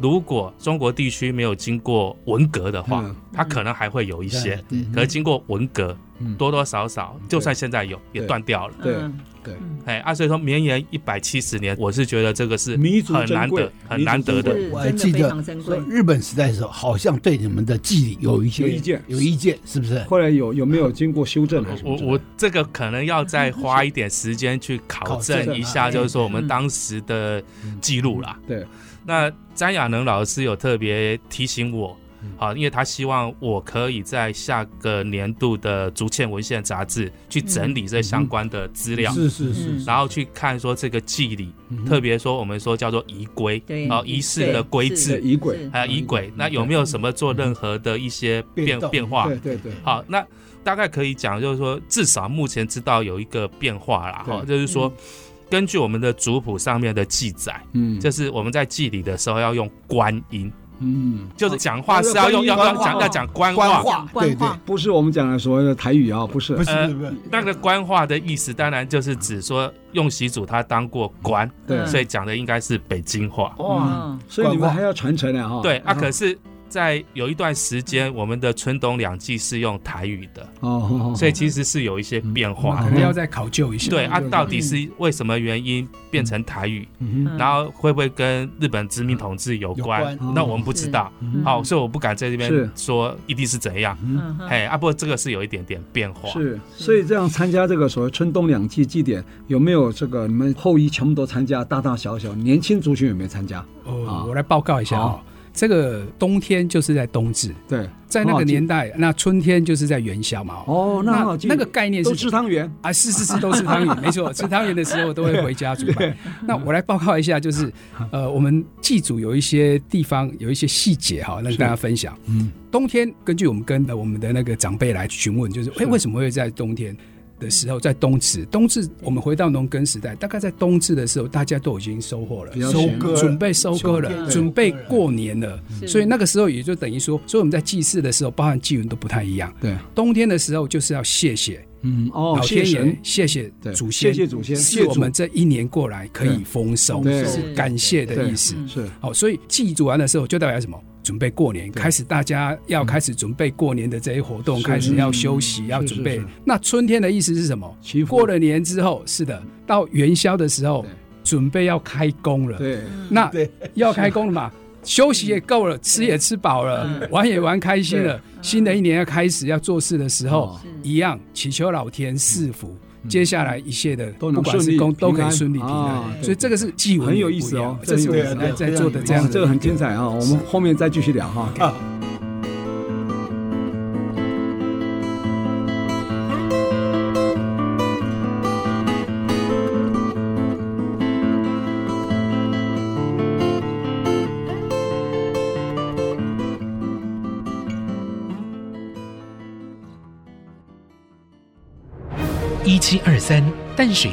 Speaker 7: 如果中国地区没有经过文革的话，
Speaker 4: 嗯
Speaker 7: 它可能还会有一些，嗯
Speaker 5: 对
Speaker 7: 可是经过文革，
Speaker 4: 嗯
Speaker 7: 多多少少，就算现在有，也断掉了。
Speaker 4: 对
Speaker 3: 嗯
Speaker 4: 对，
Speaker 7: 哎啊，所以说绵延一百七十年，我是觉得这个是
Speaker 4: 弥足
Speaker 7: 很
Speaker 4: 珍
Speaker 7: 难
Speaker 4: 贵
Speaker 7: 得、很难得
Speaker 4: 弥足珍
Speaker 7: 的
Speaker 4: 贵。
Speaker 3: 是
Speaker 5: 我还
Speaker 3: 真的
Speaker 5: 记
Speaker 3: 非
Speaker 5: 得
Speaker 3: 常珍
Speaker 5: 说
Speaker 3: 贵，
Speaker 5: 日本时代的时候，好像对你们的祭礼有一些
Speaker 4: 有意见
Speaker 5: 有意见，是不是？
Speaker 4: 后来有有没有经过修正还
Speaker 7: 我
Speaker 4: 是什么
Speaker 7: 我
Speaker 4: 之类的？
Speaker 7: 我这个可能要再花一点时间去考证一下，
Speaker 5: 考证啊
Speaker 7: 就是说我们当时嗯的记录啦。
Speaker 4: 对，
Speaker 7: 那詹亚能老师有特别提醒我，好，因为他希望我可以在下个年度的《竹堑文献杂志》去整理这相关的资料，
Speaker 5: 是是是，
Speaker 7: 嗯然后去看说这个祭礼，特别说我们说叫做仪规，
Speaker 3: 对
Speaker 7: 哦，仪式的规
Speaker 4: 对
Speaker 7: 制，哎
Speaker 4: 仪轨
Speaker 3: 是，
Speaker 7: 还有仪轨，嗯那有没有什么做任何的一些变
Speaker 5: 动
Speaker 7: 变化？
Speaker 4: 对对对，
Speaker 7: 好，那大概可以讲，就是说，至少目前知道有一个变化啦，
Speaker 4: 对
Speaker 7: 哈，就是说，根据我们的族谱上面的记载，
Speaker 4: 嗯，
Speaker 7: 就是我们在祭礼的时候要用官音，
Speaker 4: 嗯，
Speaker 7: 就是讲话是要用
Speaker 4: 哦
Speaker 7: 要
Speaker 4: 官
Speaker 7: 要
Speaker 4: 音
Speaker 7: 讲要讲官
Speaker 5: 官
Speaker 7: 话。
Speaker 5: 话，对对，
Speaker 4: 不是我们讲的所谓的台语啊，不是
Speaker 5: 不，是
Speaker 7: 呃
Speaker 5: 不是不是，
Speaker 7: 那个官话的意思，当然就是指说用习主他当过官，
Speaker 4: 对，
Speaker 7: 所以讲的应该是北京话。
Speaker 3: 哇，
Speaker 4: 所以你们还要传承呢哈。
Speaker 7: 对啊，可是，在有一段时间，我们的春冬两季是用台语的，
Speaker 4: 哦，哦
Speaker 7: 所以其实是有一些
Speaker 4: 嗯
Speaker 7: 变
Speaker 6: 我
Speaker 7: 化
Speaker 6: 可。能要再考究一下。
Speaker 7: 对啊，到底是为什么原因变成台语？
Speaker 4: 嗯哼
Speaker 7: 然后会不会跟日本殖民统治有关
Speaker 5: 有？关
Speaker 7: 那我们不知道。
Speaker 4: 嗯
Speaker 7: 好，所以我不敢在这
Speaker 4: 是
Speaker 7: 边说一定是怎样。
Speaker 3: 嗯哼
Speaker 7: 嘿，啊，不过这个是有一点点变化。
Speaker 4: 是，所以这样参加这个所谓春冬两季祭典，有没有这个你们后裔全部都参加，大大小小年轻族群有没有参加？
Speaker 6: 哦
Speaker 4: 好，
Speaker 6: 我来报告一下哦
Speaker 4: 嗯好。
Speaker 6: 这个冬天就是在冬至，
Speaker 4: 对，
Speaker 6: 在那个年代，那春天就是在元宵嘛。哦，
Speaker 4: 哦，那很好记
Speaker 6: 那个概念是
Speaker 4: 都吃汤圆，
Speaker 6: 啊，是是是，都吃汤圆，没错，吃汤圆的时候都会回家煮饭。那我来报告一下，就是呃，我们祭祖有一些地方有一些细节哈，让大家分享。
Speaker 4: 嗯，
Speaker 6: 冬天根据我们跟呃我们的那个长辈来询问，就是哎，为什么会在冬天？的时候，在冬至，冬至我们回到农耕时代，大概在冬至的时候，大家都已经收获了，
Speaker 4: 比较
Speaker 6: 收
Speaker 4: 闲
Speaker 5: 割
Speaker 6: 准备收割了，
Speaker 5: 对
Speaker 6: 准备过年了，
Speaker 3: 是
Speaker 6: 所以那个时候也就等于说，所以我们在祭祀的时候，包含祭文都不太一样。
Speaker 4: 对，
Speaker 6: 冬天的时候就是要谢谢，
Speaker 4: 嗯，哦，
Speaker 6: 老
Speaker 4: 谢
Speaker 6: 天
Speaker 4: 神
Speaker 6: 爷，，谢谢
Speaker 4: 对
Speaker 6: 祖先，
Speaker 4: 谢谢祖先谢
Speaker 6: 是
Speaker 4: 祖
Speaker 6: 我们这一年过来可以丰收，
Speaker 4: 对
Speaker 6: 是
Speaker 3: 对
Speaker 6: 感谢的意思。
Speaker 3: 对嗯
Speaker 4: 是
Speaker 6: 好，所以祭祖完的时候就代表什么？准备过年，
Speaker 4: 对嗯
Speaker 6: 开始大家要开始准备过年的这些活动，
Speaker 4: 是
Speaker 6: 开始要
Speaker 4: 嗯
Speaker 6: 休息，要
Speaker 4: 是
Speaker 6: 准
Speaker 4: 是
Speaker 6: 备
Speaker 4: 是。
Speaker 6: 那春天的意思是什么
Speaker 4: 祈？福
Speaker 6: 过了年之后，是的，到元宵的时候
Speaker 4: 对，
Speaker 6: 准备要开工了。
Speaker 4: 对，
Speaker 6: [laughs] 那
Speaker 5: 对
Speaker 6: 要开工
Speaker 4: [laughs]
Speaker 6: 了嘛，休息也够了，吃也吃饱
Speaker 4: 嗯
Speaker 6: 了，玩也玩开心了，新的一年要开始要做事的时候
Speaker 4: 哦，嗯
Speaker 6: 一样祈求老天赐福，接下来一切的
Speaker 4: 都
Speaker 6: 不
Speaker 4: 能
Speaker 6: 管
Speaker 4: 顺
Speaker 6: 是
Speaker 4: 利
Speaker 6: 工都
Speaker 4: 平
Speaker 6: 可以
Speaker 4: 安
Speaker 6: 顺利平
Speaker 4: 啊
Speaker 6: 安，
Speaker 4: 对
Speaker 6: 所以这个是祭文
Speaker 4: 很有
Speaker 6: 也
Speaker 4: 意
Speaker 6: 不
Speaker 4: 思
Speaker 6: 一
Speaker 4: 哦
Speaker 6: 样
Speaker 4: 这
Speaker 6: 这是
Speaker 4: 个
Speaker 6: 我
Speaker 4: 有
Speaker 6: 们
Speaker 5: 意
Speaker 6: 在
Speaker 5: 思
Speaker 6: 在做的这样
Speaker 4: 哇
Speaker 6: 的，
Speaker 4: 这个很精彩啊，我们后面再继续聊哈。
Speaker 1: 一七二三淡水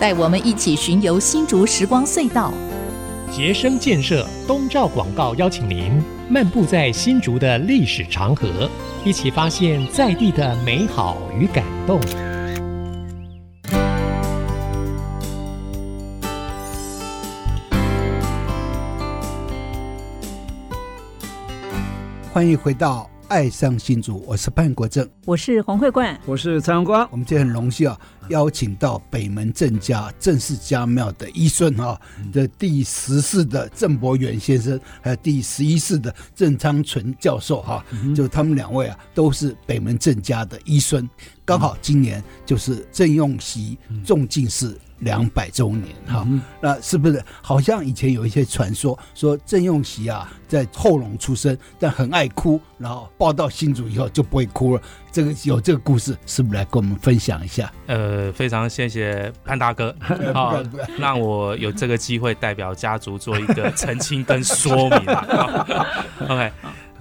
Speaker 2: 带我们一起巡游新竹时光隧道。
Speaker 8: 杰生建设东照广告邀请您漫步在新竹的历史长河，一起发现在地的美好与感动。
Speaker 5: 欢迎回到《爱上新竹》，我是潘国正。
Speaker 3: 我是黄慧冠，
Speaker 4: 我是蔡阳光，
Speaker 5: 我们今天很荣幸啊，邀请到北门郑家郑氏家庙的一顺啊的第十世的郑伯元先生，还有第十一世的郑昌纯教授哈、就他们两位啊都是北门郑家的一孙，刚好今年就是郑用锡中进士。两百周年哈、那是不是好像以前有一些传说说郑用锡啊在后龙出生，但很爱哭，然后抱到新竹以后就不会哭了。这个有这个故事，是不是来跟我们分享一下？
Speaker 7: 呃，非常谢谢潘大哥，好、
Speaker 5: 不敢不敢
Speaker 7: 让我有这个机会代表家族做一个澄清跟说明。OK，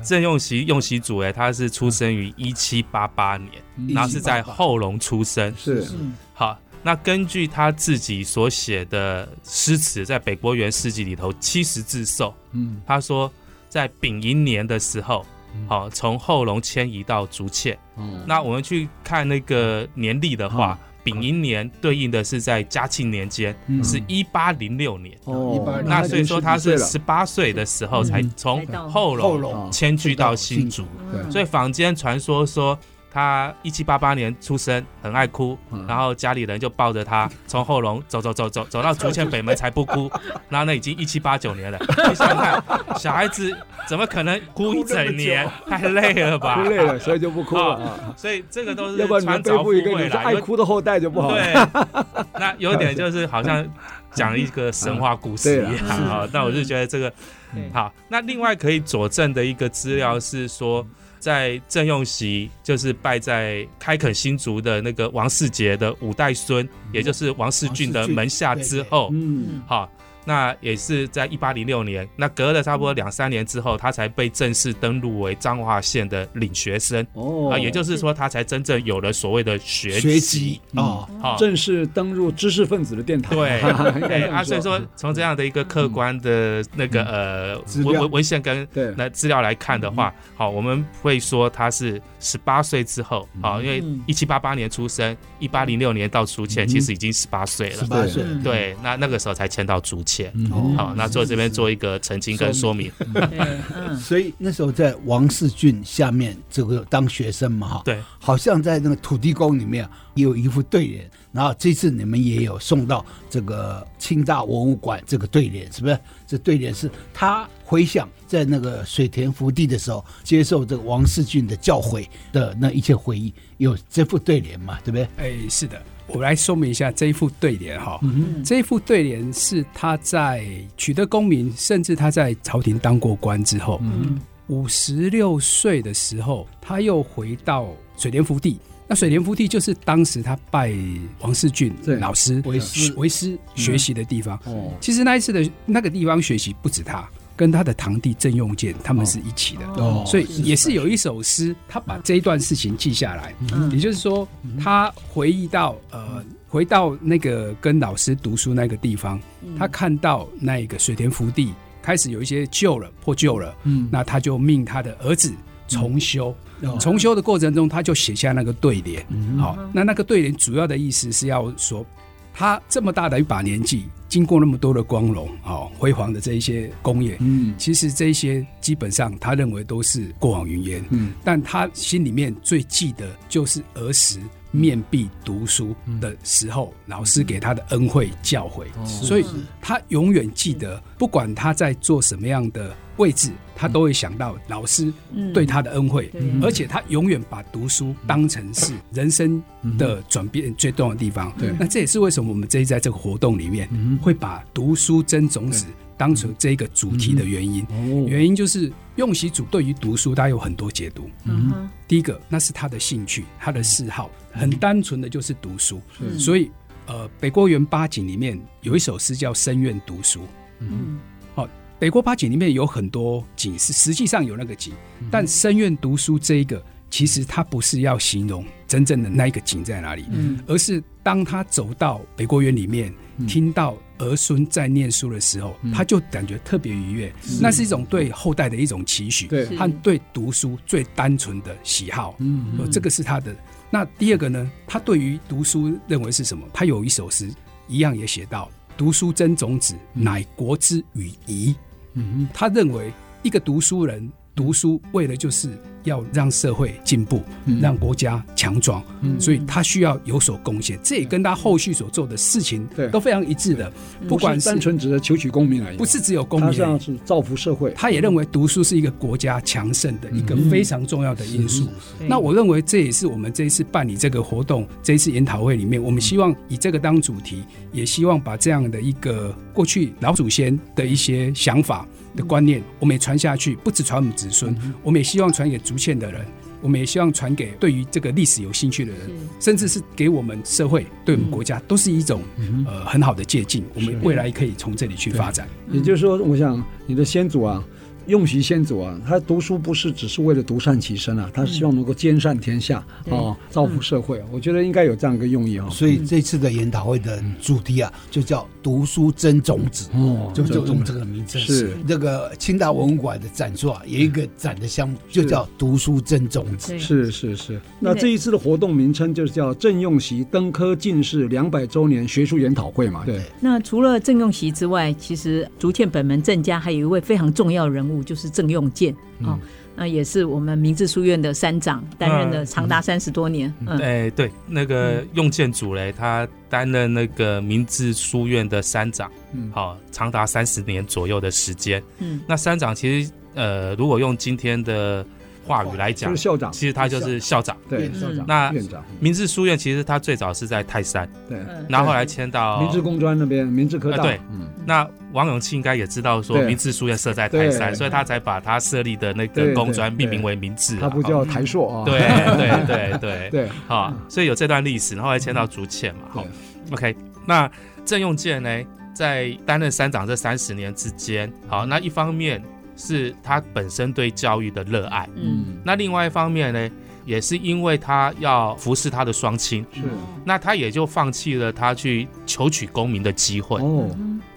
Speaker 7: 郑用锡用锡祖哎，他是出生于一七八八年，然后是在后龙出生。
Speaker 4: 是
Speaker 7: 好，那根据他自己所写的诗词，在《北国园诗集》里头七十字寿，
Speaker 4: 嗯
Speaker 7: 他说在丙寅年的时候，好、从后龙迁移到竹堑。
Speaker 4: 哦
Speaker 7: 那我们去看那个年历的话，丙寅年对应的是在嘉庆年间，
Speaker 4: 嗯
Speaker 7: 是一八零六年。
Speaker 4: 哦
Speaker 5: 一般人
Speaker 7: 那所以说他是
Speaker 4: 了
Speaker 7: 十八岁的时候才
Speaker 4: 嗯
Speaker 7: 从
Speaker 3: 才到
Speaker 7: 后
Speaker 5: 后
Speaker 7: 龙
Speaker 5: 龙
Speaker 7: 迁居到新竹，
Speaker 4: 对
Speaker 7: 所以坊间传说说他一七八八年出生，很爱哭，
Speaker 4: 嗯
Speaker 7: 然后家里人就抱着他从后龙走走走走走到竹堑北门才不哭，然后那已经一七八九年了，你想想看，小孩子怎么可能哭一整年？太累了吧？
Speaker 4: 哭累了，所以就不哭了啊。
Speaker 7: 所以这个都是
Speaker 4: 要不然你们
Speaker 7: 穿
Speaker 4: 背
Speaker 7: 凿附
Speaker 4: 负一个
Speaker 7: 会
Speaker 4: 你是
Speaker 7: 啦，
Speaker 4: 爱
Speaker 7: 有
Speaker 4: 哭的后代就不好了。
Speaker 7: 对，那有点就是好像讲一个神话故事一样
Speaker 4: 对啊
Speaker 7: 啊。那我就觉得这个
Speaker 3: 对
Speaker 7: 好。那另外可以佐证的一个资料是说，在郑用席就是拜在开垦新竹的那个王世杰的五代孙，也就是王世俊的门下之后，
Speaker 4: 嗯，
Speaker 7: 好。那也是在一八零六年，那隔了差不多两三年之后，他才被正式登录为彰化县的领学生啊、
Speaker 4: 哦，
Speaker 7: 也就是说，他才真正有了所谓的学
Speaker 5: 学籍哦，
Speaker 7: 好，
Speaker 4: 正式登入知识分子的殿堂。 [laughs]
Speaker 7: 对
Speaker 4: 应该这
Speaker 7: 对
Speaker 4: 样
Speaker 7: 啊，所以说从这样的一个客观的那个呃
Speaker 5: 资料
Speaker 7: 文文文献跟
Speaker 4: 对
Speaker 7: 那资料来看的话，好，我们会说他是十八岁之后，好，因为
Speaker 3: 嗯
Speaker 7: 一七八八年出生，一八零六年到竹堑，
Speaker 4: 嗯
Speaker 7: 其实已经十八岁
Speaker 5: 十
Speaker 7: 了，
Speaker 5: 八岁，
Speaker 3: 嗯
Speaker 7: 对，那那个时候才迁到竹堑。
Speaker 4: 嗯
Speaker 7: 好，那做这边做一个澄清跟说明，
Speaker 3: 对，嗯，
Speaker 5: 所以那时候在王世俊下面这个当学生嘛哈，
Speaker 7: 对，
Speaker 5: 好像在那个土地公里面也有一副对联，然后这次你们也有送到这个清大文物馆这个对联，是不是？这对联是他回想在那个水田福地的时候，接受这个王世俊的教诲的那一切回忆，有这副对联嘛，对不对？
Speaker 6: 哎，是的，我来说明一下这一副对联哈。
Speaker 5: 嗯
Speaker 6: 这一副对联是他在取得功名，甚至他在朝廷当过官之后，
Speaker 5: 嗯
Speaker 6: 五十六岁的时候，他又回到水帘福地。那水帘福地就是当时他拜王世俊
Speaker 4: 对
Speaker 6: 老师
Speaker 5: 为师嗯
Speaker 6: 为师学习的地方。
Speaker 4: 哦，
Speaker 6: 其实那一次的那个地方学习不止他，跟他的堂弟郑用健他们是一起的。
Speaker 5: 哦
Speaker 6: 所以也是有一首诗，他把这一段事情记下来，
Speaker 3: 嗯
Speaker 6: 也就是说，他回忆到呃，回到那个跟老师读书那个地方，他看到那一个水田福地开始有一些旧了、破旧了，
Speaker 4: 嗯
Speaker 6: 那他就命他的儿子重修。重修的过程中，他就写下那个对联。好，那那个对联主要的意思是要说，他这么大的一把年纪，经过那么多的光荣、好、辉煌的这一些工业，
Speaker 4: 嗯
Speaker 6: 其实这一些基本上他认为都是过往云烟，
Speaker 4: 嗯，
Speaker 6: 但他心里面最记得就是儿时面壁读书的时候，
Speaker 4: 嗯
Speaker 6: 老师给他的恩惠教诲，
Speaker 4: 哦
Speaker 6: 所以他永远记
Speaker 3: 嗯
Speaker 6: 得，不管他在做什么样的位置，他都会想到老师
Speaker 3: 嗯
Speaker 6: 对他的恩惠，
Speaker 3: 对嗯啊
Speaker 6: 而且他永远把读书当成是人生的转变最重要的地方。
Speaker 4: 对
Speaker 6: 那这也是为什么我们这一在这个活动里面会把读书争种子当成这一个主题的原因。
Speaker 4: 哦，
Speaker 6: 原因就是用习主对于读书，他有很多解读。
Speaker 3: 嗯哼
Speaker 6: 第一个，那是他的兴趣，他的嗜好，很单纯的就是读书。
Speaker 3: 是
Speaker 6: 所以，呃，北国园八景里面有一首诗叫《深院读书》。
Speaker 3: 嗯
Speaker 6: 北国八景里面有很多景是实际上有那个景，但深院读书这一个，其实它不是要形容真正的那一个景在哪里，
Speaker 3: 嗯
Speaker 6: 而是当他走到北国园里面，听到儿孙在念书的时候，他就感觉特别愉悦，那是一种对后代的一种期许，
Speaker 4: 对
Speaker 3: 是
Speaker 6: 和对读书最单纯的喜好，
Speaker 4: 嗯
Speaker 6: 呃，这个是他的。那第二个呢，他对于读书认为是什么？他有一首诗，一样也写到：“读书真种子，乃国之与夷。”
Speaker 4: 嗯
Speaker 6: 他认为一个读书人读书为了就是要让社会进步，
Speaker 4: 嗯
Speaker 6: 让国家强壮，所以他需要有所贡献，这也跟他后续所做的事情
Speaker 4: 对
Speaker 6: 都非常一致的，不
Speaker 4: 不
Speaker 6: 管
Speaker 4: 管
Speaker 6: 是
Speaker 4: 单纯只是求取功名而已，
Speaker 6: 不是只有公
Speaker 4: 他
Speaker 6: 民
Speaker 4: 实际上是造福社会。
Speaker 6: 他也认为读书是一个国家强盛的一个非常重要的因素。
Speaker 3: 对
Speaker 6: 那我认为这也是我们这一次办理这个活动、这一次研讨会里面，我们希望以这个当主题，也希望把这样的一个过去老祖先的一些想法的观念，我们也传下去，不只传我们子孙，我们也希望传给竹堑的人。我们也希望传给对于这个历史有兴趣的人，甚至是给我们社会、对我们国家，都是一种呃很好的借鉴。我们未来可以从这里去发展。
Speaker 4: 也就是说，我想你的先祖啊，用习先祖啊，他读书不是只是为了独善其身啊，他希望能够兼善天下啊、哦，造福社会。我觉得应该有这样一个用意啊、
Speaker 5: 所以这次的研讨会的主题啊，就叫“读书真种子”，
Speaker 4: 哦
Speaker 5: 就就用这个名称。
Speaker 4: 是
Speaker 5: 那个清大文物馆的展出啊，有一个展的项目就叫“读书真种子
Speaker 3: 对
Speaker 4: 是是是，那这一次的活动名称就是叫“郑用习登科进士两百周年学术研讨会”嘛。对，
Speaker 3: 那除了郑用锡之外，其实竹堑本门郑家还有一位非常重要人物，就是郑用建哦，那也是我们明治书院的山长，担任了长达三十多年。嗯，
Speaker 7: 哎，对，那个用建主嘞，他担任那个明治书院的山长，
Speaker 4: 嗯
Speaker 7: 好、长达三十年左右的时间。
Speaker 3: 嗯，
Speaker 7: 那山长其实，呃，如果用今天的话语来
Speaker 4: 就
Speaker 7: 讲
Speaker 4: 是，校长，
Speaker 7: 其实他就是校长。
Speaker 4: 对，
Speaker 3: 嗯
Speaker 4: 校长，
Speaker 7: 那
Speaker 4: 院长，
Speaker 7: 明治书院其实他最早是在泰山，
Speaker 4: 对，
Speaker 3: 嗯
Speaker 7: 然后后来迁到
Speaker 4: 明治工专那边，明治科大，
Speaker 7: 呃对
Speaker 4: 嗯，
Speaker 7: 那王永庆应该也知道说
Speaker 4: 对
Speaker 7: 明治书院设在台山，
Speaker 4: 对
Speaker 7: 所以他才把他设立的那
Speaker 4: 对
Speaker 7: 个
Speaker 4: 对
Speaker 7: 工专
Speaker 4: 对
Speaker 7: 命名为明治啊。
Speaker 4: 他不
Speaker 7: 哦
Speaker 4: 叫台硕啊， [laughs]
Speaker 7: 对对对对
Speaker 4: 对，
Speaker 7: 好，所以有这段历史，然后还迁到竹堑嘛。好，OK，那郑用建呢，在担任山长这三十年之间，好，那一方面是他本身对教育的热爱，
Speaker 3: 嗯，
Speaker 7: 那另外一方面呢，也是因为他要服侍他的双
Speaker 3: 嗯
Speaker 7: 亲，
Speaker 4: 是
Speaker 7: 那他也就放弃了他去求取功名的机会。
Speaker 4: 哦，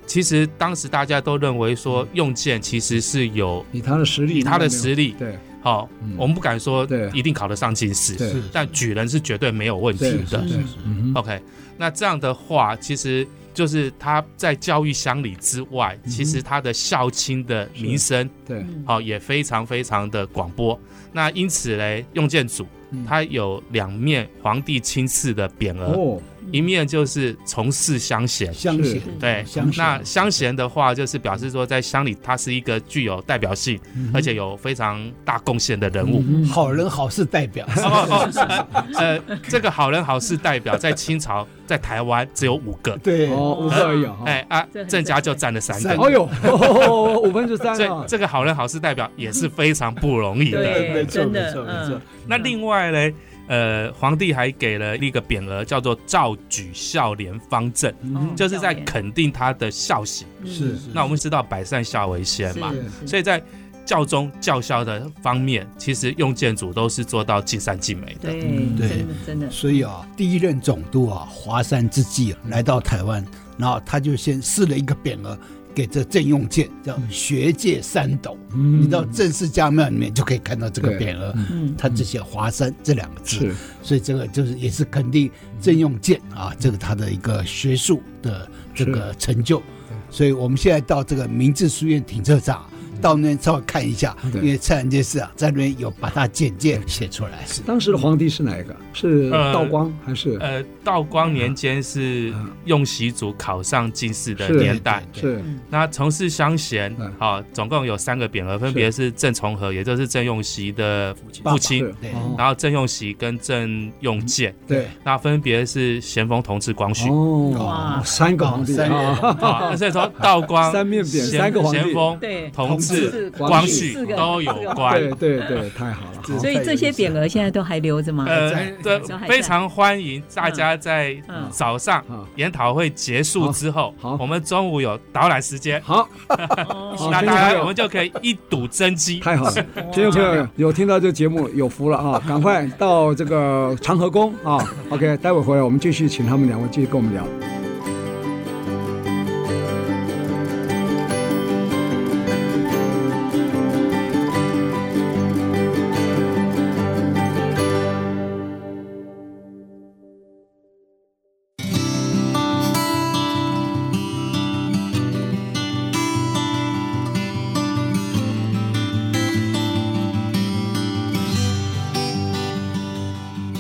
Speaker 7: 其实当时大家都认为说，用建其实是有
Speaker 4: 以他的实力，
Speaker 7: 以他的实力，
Speaker 4: 对，
Speaker 7: 好、
Speaker 4: 嗯
Speaker 7: 我们不敢说
Speaker 4: 对
Speaker 7: 一定考得上进士，
Speaker 4: 对
Speaker 5: 是
Speaker 7: 但举人是绝对没有问题
Speaker 4: 对，
Speaker 7: 的。
Speaker 4: 对，嗯哼，
Speaker 7: OK，那这样的话，其实就是他在教育乡里之外，
Speaker 4: 嗯
Speaker 7: 其实他的校亲的名声，
Speaker 4: 对，
Speaker 7: 好、也非常非常的广播。那因此嘞，用建组
Speaker 4: 嗯
Speaker 7: 他有两面皇帝亲赐的匾额，
Speaker 4: 哦，
Speaker 7: 一面就是从事乡贤”，。
Speaker 5: 乡贤
Speaker 4: 是
Speaker 7: 对
Speaker 5: 乡，贤
Speaker 7: 那乡贤的话，就是表示说，在乡里他是一个具有代表性，
Speaker 4: 嗯
Speaker 7: 而且有非常大贡献的人物。
Speaker 5: 好人好事代表，
Speaker 7: [laughs] 哦哦哦，呃，呃这个好人好事代表在清朝在台湾只有五个，
Speaker 5: 对，
Speaker 4: 哦，五个而已啊，
Speaker 7: 哎啊
Speaker 3: 这，很
Speaker 7: 郑家就占了三
Speaker 5: 三
Speaker 7: 个
Speaker 5: 个，
Speaker 4: 哎呦， [laughs] 哦五分之三
Speaker 7: 所以 [laughs]
Speaker 4: 啊，
Speaker 7: 这个好人好事代表也是非常不容易的。
Speaker 3: 对，
Speaker 5: 没错
Speaker 3: 真的
Speaker 5: 没错没
Speaker 3: 嗯
Speaker 5: 错
Speaker 7: 那另外呢，呃，皇帝还给了一个匾额，叫做“诏举孝廉方正”，
Speaker 3: 嗯
Speaker 7: 就是在
Speaker 3: 教练
Speaker 7: 肯定他的孝行。
Speaker 4: 嗯
Speaker 5: 是是
Speaker 7: 那我们知道百善孝为先嘛，
Speaker 3: 是
Speaker 7: 所以在教宗教孝的方面，其实用建主都是做到尽善尽美的。
Speaker 3: 对，
Speaker 5: 对
Speaker 3: 真的真的，
Speaker 5: 所以啊，第一任总督啊，华山之际、啊来到台湾，然后他就先试了一个匾额给这郑用建，叫“学界三斗”。
Speaker 4: 嗯
Speaker 5: 你到郑氏家庙里面就可以看到这个
Speaker 4: 对
Speaker 5: 匾额，
Speaker 3: 嗯，
Speaker 5: 他只写“华山”这两个字
Speaker 4: 是。
Speaker 5: 所以这个就是也是肯定郑用建啊，这个他的一个学术的这个成就。所以我们现在到这个明治书院停车场。到那边稍微看一下，
Speaker 4: 对
Speaker 5: 因为蔡澜街市啊，在那边有把它简介写出来。是
Speaker 4: 当时的皇帝是哪一个？是
Speaker 7: 呃
Speaker 4: 道光还是？
Speaker 7: 呃，道光年间是用习祖考上进士的
Speaker 4: 是
Speaker 7: 年代，
Speaker 4: 是
Speaker 7: 那从事乡贤
Speaker 4: 嗯，
Speaker 7: 好、总共有三个匾额，分别是郑重和，也就是郑用锡的
Speaker 5: 爸
Speaker 7: 父
Speaker 5: 爸
Speaker 7: 亲，
Speaker 4: 是
Speaker 5: 对
Speaker 4: 哦
Speaker 7: 然后郑用锡跟郑用建，
Speaker 4: 对
Speaker 7: 那分别是咸丰同治、光绪。
Speaker 4: 哦，三个皇帝
Speaker 5: 三个
Speaker 4: 啊，
Speaker 7: 啊，所以说道光、
Speaker 4: 三面匾
Speaker 7: 咸
Speaker 4: 三个皇帝
Speaker 7: 咸丰、
Speaker 3: 对，
Speaker 7: 同
Speaker 3: 治
Speaker 7: 治、
Speaker 3: 光
Speaker 7: 光
Speaker 3: 绪
Speaker 7: 绪
Speaker 3: 四个
Speaker 7: 都有
Speaker 3: 四个
Speaker 7: 关
Speaker 4: 对。对对，太好了，好
Speaker 3: 所以这些匾额现在都还留着吗？
Speaker 7: 呃，这
Speaker 3: 还在
Speaker 7: 非常欢迎大家在
Speaker 3: 嗯嗯
Speaker 7: 早上
Speaker 4: 嗯
Speaker 7: 研讨会结束之后
Speaker 4: 好好，
Speaker 7: 我们中午有导览时间，
Speaker 4: 好，
Speaker 3: 哦
Speaker 4: 好
Speaker 7: 那
Speaker 4: 听众朋
Speaker 7: 大家
Speaker 4: 友
Speaker 7: 我们就可以一睹真机。
Speaker 4: 太好了，听众朋友有听到这节目有福了
Speaker 7: [laughs]
Speaker 4: 啊！赶快到这个长和宫啊，OK，待会回来我们继续请他们两位继续跟我们聊。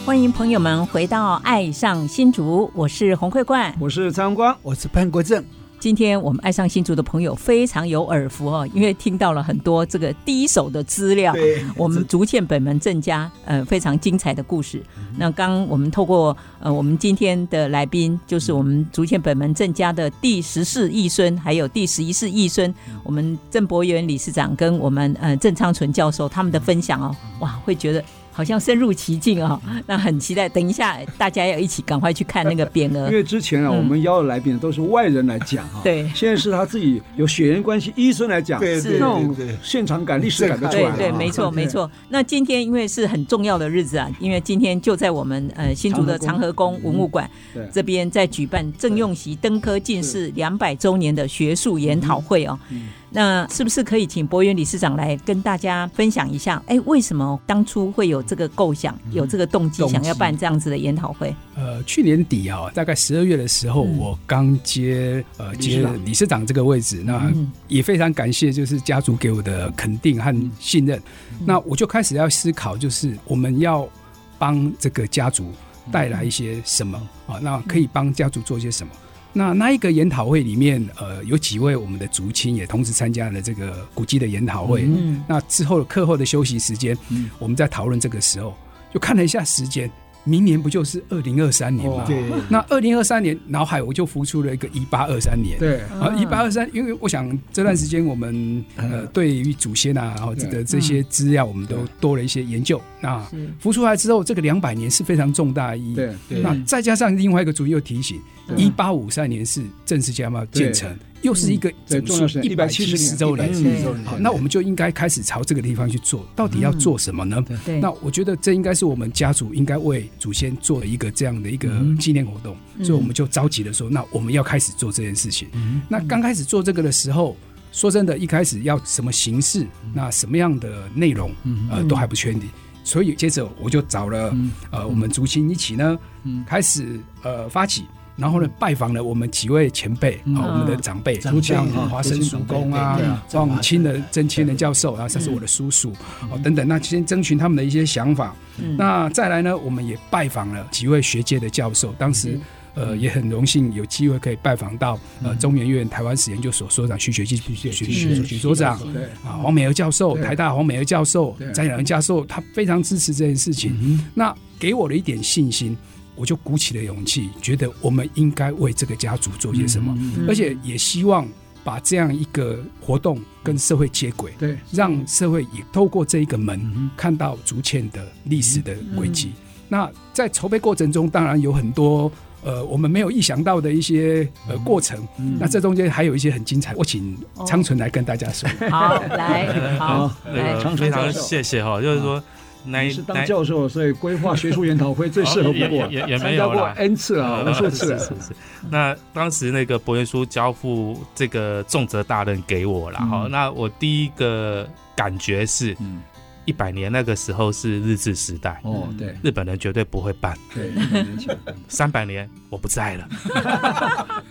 Speaker 3: 欢迎朋友们回到《爱上新竹》，我是洪慧冠。
Speaker 4: 我是蔡阳光，
Speaker 5: 我是潘国正，
Speaker 3: 今天我们爱上新竹的朋友非常有耳福哦，因为听到了很多这个第一手的资料。
Speaker 5: 对
Speaker 3: 我们竹堑本门郑家呃非常精彩的故事。那刚我们透过呃我们今天的来宾，就是我们竹堑本门郑家的第十世义孙，还有第十一世义孙，我们郑伯元理事长跟我们呃郑昌纯教授他们的分享哦，哇，会觉得。好像深入其境啊、那很期待。等一下大家要一起赶快去看那个匾
Speaker 4: 因 [laughs]
Speaker 3: 额，
Speaker 4: 为之前啊，我们邀的来宾都是外人来讲哈、
Speaker 3: 对
Speaker 4: 现在是他自己有血缘关系，医生来讲，
Speaker 5: 对
Speaker 3: 是
Speaker 4: 那种
Speaker 5: 对对对
Speaker 4: 现场感、历史感都出来
Speaker 3: 对
Speaker 4: 了、
Speaker 3: 对，
Speaker 4: 啊
Speaker 3: 没错没错。那今天因为是很重要的日子啊，因为今天就在我们呃新竹的
Speaker 4: 长
Speaker 3: 长
Speaker 4: 和
Speaker 3: 和宫文物馆
Speaker 4: 对
Speaker 3: 这边在举办郑用锡登科进士两百周年的学术研讨会哦。那是不是可以请博元理事长来跟大家分享一下？哎，为什么当初会有这个构想，有这个动机，
Speaker 6: 动机
Speaker 3: 想要办这样子的研讨会？
Speaker 6: 呃，去年底啊，大概十二月的时候，
Speaker 3: 嗯
Speaker 6: 我刚接呃接理事长这个位置，那
Speaker 3: 嗯
Speaker 6: 也非常感谢就是家族给我的肯定和信任。那我就开始要思考，就是我们要帮这个家族带来一些什么啊？那可以帮家族做些什么？那那一个研讨会里面，呃，有几位我们的族亲也同时参加了这个古迹的研讨会。
Speaker 3: 嗯，
Speaker 6: 那之后课后的休息时间，我们在讨论这个时候，就看了一下时间，明年不就是二零二三
Speaker 4: 哦
Speaker 6: 年吗？
Speaker 5: 对，
Speaker 6: 那二零二三年，脑海我就浮出了一个一八二三年。
Speaker 4: 对，
Speaker 6: 啊，一八二三，因为我想这段时间我们呃对于祖先啊，然后
Speaker 4: 对
Speaker 6: 的这些资料，我们都多了一些研究。那
Speaker 3: 是
Speaker 6: 浮出来之后，这个两百年是非常重大意义。
Speaker 4: 对对
Speaker 6: 那再加上另外一个主义又提醒，
Speaker 3: 嗯
Speaker 4: 对
Speaker 6: 一八五三年是正式加茂建成，又是一个
Speaker 4: 对
Speaker 6: 整
Speaker 4: 重要
Speaker 6: 数
Speaker 4: 是
Speaker 6: 一百七十周年。
Speaker 4: 170
Speaker 3: 年
Speaker 6: 好，那我们就应该开始朝这个地方去做，到底要做什么呢？
Speaker 3: 对，
Speaker 6: 那我觉得这应该是我们家族应该为祖先做一个这样的一个纪念活动，
Speaker 3: 嗯
Speaker 6: 所以我们就召集了说，那我们要开始做这件事情。那刚开始做这个的时候，说真的，一开始要什么形式，那什么样的内容，呃，都还不确定。所以接着我就找了、呃我们族亲一起呢，开始呃发起。然后呢，拜访了我们几位前辈啊、我们的长辈，
Speaker 5: 长辈
Speaker 6: 像
Speaker 5: 啊
Speaker 6: 华生
Speaker 5: 族亲
Speaker 6: 叔
Speaker 5: 长辈
Speaker 6: 公啊
Speaker 5: 对对啊，嗯
Speaker 6: 包括我们亲的
Speaker 5: 长辈
Speaker 6: 曾亲的教授啊，甚至我的叔叔，哦，等等，那先征询他们的一些想法。
Speaker 3: 嗯
Speaker 6: 那再来呢，我们也拜访了几位学界的教授，当时。呃，也很荣幸有机会可以拜访到呃中研院台湾史研究所所长徐学进徐学许许所长
Speaker 4: 对
Speaker 6: 啊，黄美娥教授，
Speaker 4: 对
Speaker 6: 台大黄美娥教授
Speaker 4: 对，嗯
Speaker 6: 张阳教授，他非常支持这件事情，那给我了一点信心，我就鼓起了勇气，觉得我们应该为这个家族做些什么，
Speaker 4: 嗯
Speaker 6: 而且也希望把这样一个活动跟社会接轨，
Speaker 4: 对，
Speaker 6: 让社会也透过这一个门看到竹堑的历史的轨迹。那在筹备过程中，当然有很多呃我们没有意想到的一些呃过程。那这中间还有一些很精彩，我请昌纯来跟大家说。
Speaker 3: 好，来，好，
Speaker 7: 那
Speaker 3: 来
Speaker 7: 个呃非常谢谢哈，就是说那
Speaker 4: 嗯你
Speaker 7: 一
Speaker 4: 是
Speaker 7: 那
Speaker 4: 当
Speaker 7: 一
Speaker 4: 教授，所以规划学术研讨会最适合不过
Speaker 7: 哦，也也也没
Speaker 4: 参加
Speaker 7: 有
Speaker 4: 过
Speaker 7: 啦呃
Speaker 4: N 次
Speaker 5: 啊
Speaker 4: 了，无数次
Speaker 7: 啊是
Speaker 4: 了
Speaker 7: 是。是。那当时那个博元叔交付这个重责大任给我
Speaker 5: 嗯
Speaker 7: 啦，哈、那我第一个感觉是，
Speaker 4: 嗯
Speaker 7: 一百年那个时候是日治时代，
Speaker 4: 哦，对
Speaker 7: 日本人绝对不会办。
Speaker 4: 对，年 [laughs] 前
Speaker 7: 三百年我不在
Speaker 5: [laughs]
Speaker 7: 了，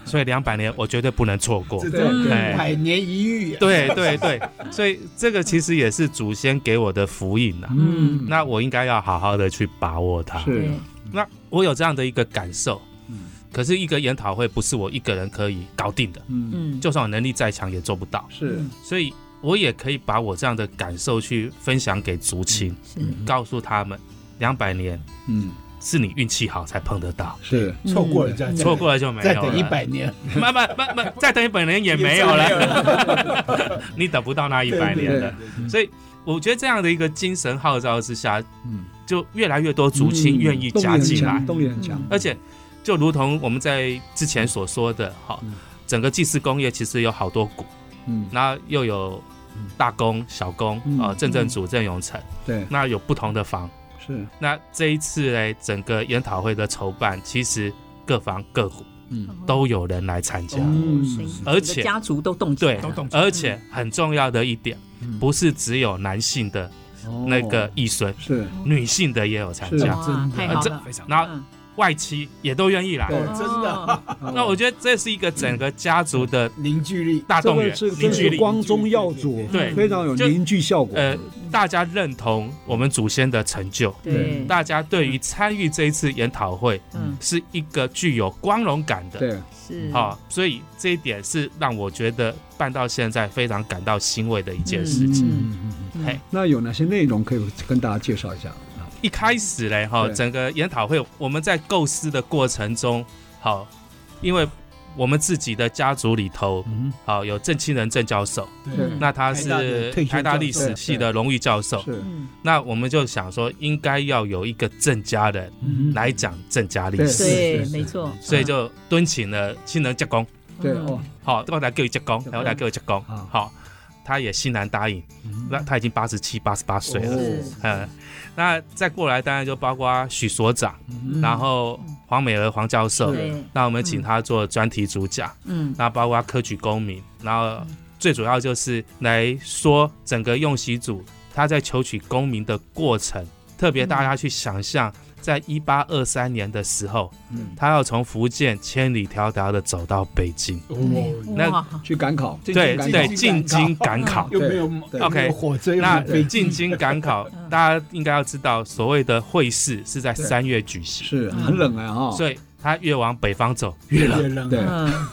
Speaker 7: 所以两百年我绝对不能错过。
Speaker 5: 这种
Speaker 7: 哎
Speaker 5: 百年一遇啊，
Speaker 7: 对对对，所以这个其实也是祖先给我的福音呐、
Speaker 4: 嗯，
Speaker 7: 那我应该要好好的去把握它。
Speaker 3: 嗯
Speaker 4: 是
Speaker 7: 那我有这样的一个感受，可是一个研讨会不是我一个人可以搞定的，
Speaker 4: 嗯
Speaker 3: 嗯，
Speaker 7: 就算我能力再强也做不到，
Speaker 4: 是
Speaker 7: 所以我也可以把我这样的感受去分享给族亲，
Speaker 3: 是
Speaker 7: 告诉他们，两百年
Speaker 4: 嗯
Speaker 7: 是你运气好才碰得到，
Speaker 4: 是
Speaker 5: 错过了
Speaker 6: 嗯
Speaker 5: 再
Speaker 7: 错过了就没有
Speaker 5: 再
Speaker 7: 了。
Speaker 5: 等一百年，
Speaker 7: 不，不不不，再等一百年也没有了， [laughs] 你等不到那一百年了。所以我觉得这样的一个精神号召之下，
Speaker 4: 嗯
Speaker 7: 就越来越多族亲愿意加进来，
Speaker 4: 动力很嗯强，
Speaker 7: 而且就如同我们在之前所说的，哈
Speaker 4: 嗯，
Speaker 7: 整个祭祀工业其实有好多股，
Speaker 4: 嗯
Speaker 7: 那又有大工、小工
Speaker 4: 嗯
Speaker 7: 啊，郑正主、郑永成，
Speaker 4: 对
Speaker 7: 那有不同的房。
Speaker 4: 是
Speaker 7: 那这一次嘞，整个研讨会的筹办，其实各房各户
Speaker 4: 嗯
Speaker 7: 都有人来参加。而且
Speaker 3: 嗯家族都动起来
Speaker 7: 嗯对
Speaker 3: 了，
Speaker 6: 动
Speaker 7: 而且
Speaker 4: 嗯
Speaker 7: 很重要的一点，不是只有男性的那个义孙，
Speaker 4: 是
Speaker 7: 女性的也有参
Speaker 4: 哦是
Speaker 7: 加，
Speaker 3: 哇，太
Speaker 7: 啊
Speaker 3: 好
Speaker 7: 这
Speaker 3: 了，
Speaker 6: 非常
Speaker 7: 然后
Speaker 3: 嗯
Speaker 7: 外戚也都愿意来。
Speaker 4: 对
Speaker 5: 真的
Speaker 7: 那我觉得这是一个整个家族的
Speaker 5: 凝聚力，
Speaker 7: 大
Speaker 4: 这
Speaker 7: 动
Speaker 4: 个
Speaker 7: 员
Speaker 4: 是
Speaker 7: 凝
Speaker 4: 真
Speaker 7: 聚
Speaker 4: 是
Speaker 7: 力，
Speaker 4: 光宗耀祖，
Speaker 7: 对
Speaker 4: 非常有凝聚效果。
Speaker 7: 呃，大家认同我们祖先的成就，
Speaker 3: 对，
Speaker 4: 嗯
Speaker 7: 大家对于参与这一次研讨会
Speaker 3: 嗯
Speaker 7: 是一个具有光荣感的。
Speaker 4: 对，
Speaker 3: 是
Speaker 7: 好、所以这一点是让我觉得办到现在非常感到欣慰的一件事情。
Speaker 3: 嗯
Speaker 4: 那有哪些内容可以跟大家介绍一下？
Speaker 7: 一开始嘞哈，
Speaker 4: 对
Speaker 7: 整个研讨会我们在构思的过程中，好，因为我们自己的家族里头，
Speaker 6: 嗯
Speaker 7: 好有郑清仁郑教授，
Speaker 4: 对
Speaker 7: 那他
Speaker 5: 台大的
Speaker 7: 是
Speaker 5: 退休
Speaker 7: 台大
Speaker 5: 教
Speaker 7: 历
Speaker 5: 授
Speaker 7: 史系的荣誉教授，
Speaker 4: 嗯是
Speaker 3: 嗯
Speaker 7: 那我们就想说，应该要有一个郑家人
Speaker 6: 嗯
Speaker 7: 来讲郑家历
Speaker 4: 对
Speaker 7: 史，
Speaker 3: 对
Speaker 4: 是，是
Speaker 3: 没错，
Speaker 7: 所以就敦请了亲人结公，
Speaker 4: 对
Speaker 3: 嗯
Speaker 4: 哦，
Speaker 7: 好，我来给我结公，然后来给我结公，
Speaker 4: 好
Speaker 7: 好，他也欣然答应，那他已经八十七、八十八岁了，
Speaker 4: 哦
Speaker 7: 嗯，那再过来当然就包括许所长，
Speaker 3: 嗯
Speaker 7: 然后黄美娥黄教授，
Speaker 3: 对，
Speaker 7: 那我们请他做专题主讲，
Speaker 3: 嗯，
Speaker 7: 那包括科举公民，然后最主要就是来说整个用习组他在求取公民的过程，特别大家去想象，在一八二三年的时候，
Speaker 4: 嗯
Speaker 7: 他要从福建千里迢迢的走到北京，
Speaker 4: 哦
Speaker 7: 那
Speaker 3: 哇，
Speaker 4: 去赶考，
Speaker 7: 对
Speaker 4: 进京赶
Speaker 7: 对，
Speaker 4: 考 [laughs]
Speaker 7: 进京赶考。
Speaker 5: 又没有
Speaker 4: 对
Speaker 5: 又没
Speaker 7: OK，
Speaker 5: 有火车，又没
Speaker 7: 那
Speaker 5: 有飞机
Speaker 7: 进京赶考，大家应该要知道，所谓的会试是在三月举行，
Speaker 4: 是很冷啊哈，
Speaker 7: 所以他越往北方走
Speaker 5: 越
Speaker 7: 越冷。
Speaker 5: 冷
Speaker 4: 对，
Speaker 3: 嗯，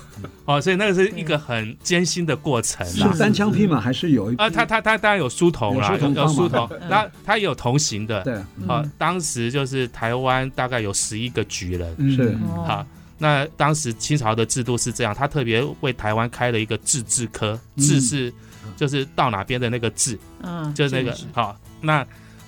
Speaker 7: 哦，所以那个是一个很艰辛的过程
Speaker 4: 是
Speaker 7: 啦。
Speaker 4: 单枪匹马还是有一
Speaker 7: 啊，他他他当然有书童啦，
Speaker 4: 有书童
Speaker 7: 有
Speaker 4: 帮忙
Speaker 7: 书童，那他也有同行的。
Speaker 4: 对
Speaker 3: 嗯
Speaker 4: 嗯
Speaker 7: 啊，当时就是台湾大概有十一个举人，
Speaker 4: 是
Speaker 3: 哦
Speaker 7: 好，那当时清朝的制度是这样，他特别为台湾开了一个自治科，
Speaker 4: 嗯
Speaker 7: 自是就是到哪边的那个自，
Speaker 3: 嗯，
Speaker 7: 就是那个好。那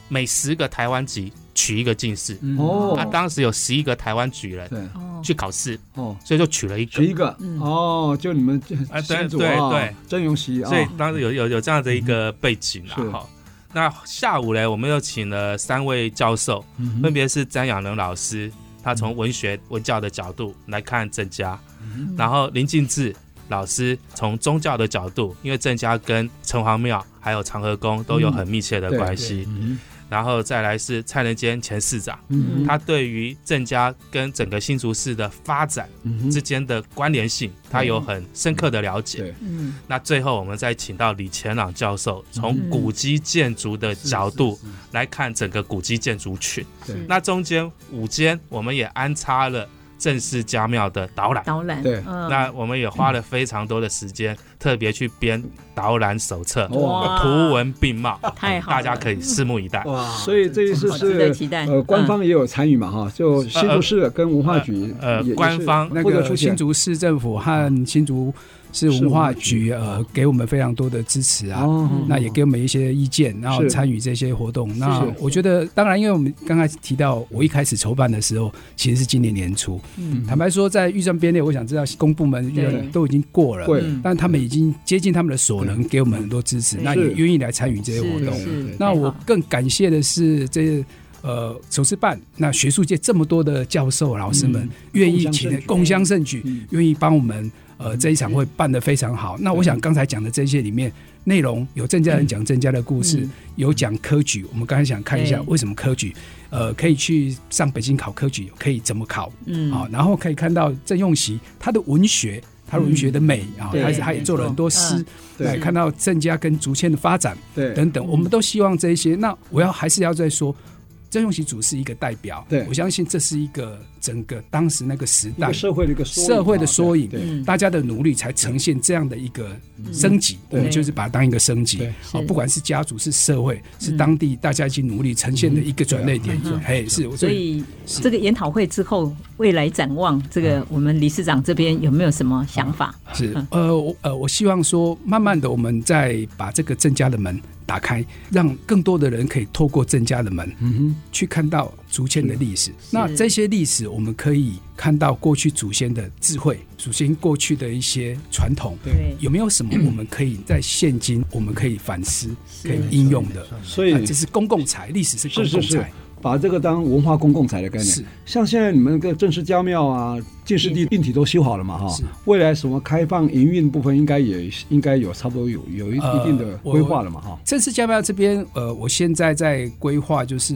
Speaker 7: 每十个台湾籍取一个进士，
Speaker 4: 哦
Speaker 7: 啊，，当时有十一个台湾举人
Speaker 4: 对
Speaker 3: 哦，
Speaker 7: 去考试，
Speaker 4: 哦，
Speaker 7: 所以就取了一
Speaker 4: 取
Speaker 7: 个。
Speaker 4: 一个
Speaker 3: 嗯
Speaker 4: 哦，就你们这
Speaker 7: 啊对
Speaker 4: 先祖
Speaker 7: 对
Speaker 4: 啊
Speaker 7: 对，
Speaker 4: 郑永熙啊
Speaker 7: 所，以当时有有有这样的一个背景啊
Speaker 4: 嗯是，
Speaker 7: 好。那下午呢，我们又请了三位教授，
Speaker 4: 嗯
Speaker 7: 分别是詹养仁老师，他从文学文教的角度来看郑家，
Speaker 4: 嗯
Speaker 7: 然后林敬志老师从宗教的角度，因为郑家跟城隍庙还有长和宫都有很密切的
Speaker 4: 对
Speaker 7: 关系，然后再来是蔡仁坚前市长，
Speaker 4: 嗯
Speaker 7: 嗯他对于郑家跟整个新竹市的发展
Speaker 4: 嗯哼
Speaker 7: 之间的关联性，他有很深刻的了解。
Speaker 4: 对
Speaker 3: 嗯，
Speaker 7: 那最后我们再请到李乾朗教授，从古迹建筑的角度来看整个古迹建筑群。
Speaker 4: 对
Speaker 7: 那中间五间我们也安插了正式家庙的导览。
Speaker 3: 导览，
Speaker 4: 对
Speaker 3: 嗯
Speaker 7: 那我们也花了非常多的时间，特别去编导览手册，
Speaker 3: 哇
Speaker 7: 图文并茂，
Speaker 3: 太好了
Speaker 7: 大家可以拭目以待。
Speaker 5: 哇，
Speaker 4: 啊所以这一次
Speaker 3: 嗯好值得
Speaker 4: 是
Speaker 3: 期待
Speaker 4: 呃，官方也有参与嘛哈，就新竹市跟文化局
Speaker 7: 呃
Speaker 4: 也，
Speaker 7: 官方
Speaker 6: 那
Speaker 4: 获得出
Speaker 6: 个
Speaker 4: 钱
Speaker 6: 新竹市政府和新竹市文化局呃，给我们非常多的支持啊。
Speaker 4: 哦
Speaker 6: 那也给我们一些意见，然后
Speaker 4: 是
Speaker 6: 参与这些活动。那我觉得，当然，因为我们刚才提到，我一开始筹办的时候，其实是今年年初。坦白说，在预算编列，我想知道公部门预
Speaker 3: 对
Speaker 6: 算都已经过了，
Speaker 4: 贵
Speaker 3: 嗯
Speaker 6: 但他们已经接近他们的所能，给我们很多支持，
Speaker 3: 对
Speaker 6: 那也愿意来参与这些活
Speaker 3: 是
Speaker 6: 动。
Speaker 3: 是，
Speaker 6: 那我
Speaker 3: 太好
Speaker 6: 更感谢的是这。呃，首次办那学术界这么多的教授老师们
Speaker 4: 嗯
Speaker 6: 愿意请的
Speaker 4: 共
Speaker 6: 共
Speaker 4: 襄
Speaker 6: 襄盛举
Speaker 4: 嗯，
Speaker 6: 愿意帮我们呃这一场会办得非常好。那我想刚才讲的这些里面，内容有郑家人讲郑家的故事
Speaker 3: 嗯，
Speaker 6: 有讲科举，我们刚才想看一
Speaker 4: 嗯
Speaker 6: 下
Speaker 3: 对
Speaker 6: 为什么科举，呃，可以去上北京考科举，可以怎么考，
Speaker 3: 嗯，
Speaker 6: 好，然后可以看到郑用锡他的文学，他的文学的美啊，
Speaker 4: 嗯对
Speaker 6: 他他也做了很多
Speaker 3: 没
Speaker 6: 诗，
Speaker 4: 嗯
Speaker 6: 来
Speaker 4: 对
Speaker 6: 看到郑家跟竹签的发展
Speaker 4: 对嗯
Speaker 6: 等等，我们都希望这一些。那我要还是要再说。郑用锡主是一个代表，
Speaker 4: 对
Speaker 6: 我相信这是一个整个当时那个时
Speaker 4: 一
Speaker 6: 代
Speaker 4: 个社会的一个缩影啊
Speaker 6: 社会的缩影
Speaker 4: 对，
Speaker 3: 嗯
Speaker 6: 大家的努力才呈现这样的一个升级，我们
Speaker 3: 对
Speaker 6: 就是把它当一个升级
Speaker 4: 对，
Speaker 6: 哦，
Speaker 3: 是嗯
Speaker 6: 不管是家族是社会是当地大家一起努力呈现的一个转捩点，嘿，是，
Speaker 3: 嗯所以这个研讨会之后，未来展望，这个我们理事长这边有没有什么想法？
Speaker 4: 啊
Speaker 6: 是，
Speaker 3: 嗯
Speaker 6: 呃，我呃，我希望说，慢慢的，我们再把这个郑家的门打开，让更多的人可以透过郑家的门，嗯哼，去看到竹签的历史。那这些历史，我们可以看到过去祖先的智慧，祖先过去的一些传统，
Speaker 3: 对
Speaker 6: 有没有什么我们可以在现今我们可以反思、可以应用的？
Speaker 4: 所以
Speaker 6: 啊这是公共财，历史是
Speaker 4: 是
Speaker 6: 公
Speaker 4: 是
Speaker 6: 共
Speaker 4: 是
Speaker 6: 财，，
Speaker 4: 把这个当文化公共财的概念
Speaker 6: 是。
Speaker 4: 像现在你们的正式家庙啊、进士地硬体都修好了嘛哈
Speaker 6: 是，
Speaker 4: 未来什么开放营运部分应该也应该有差不多有有一
Speaker 6: 呃
Speaker 4: 一定的规划了嘛哈。
Speaker 6: 正式家标这边，呃，我现在在规划，就是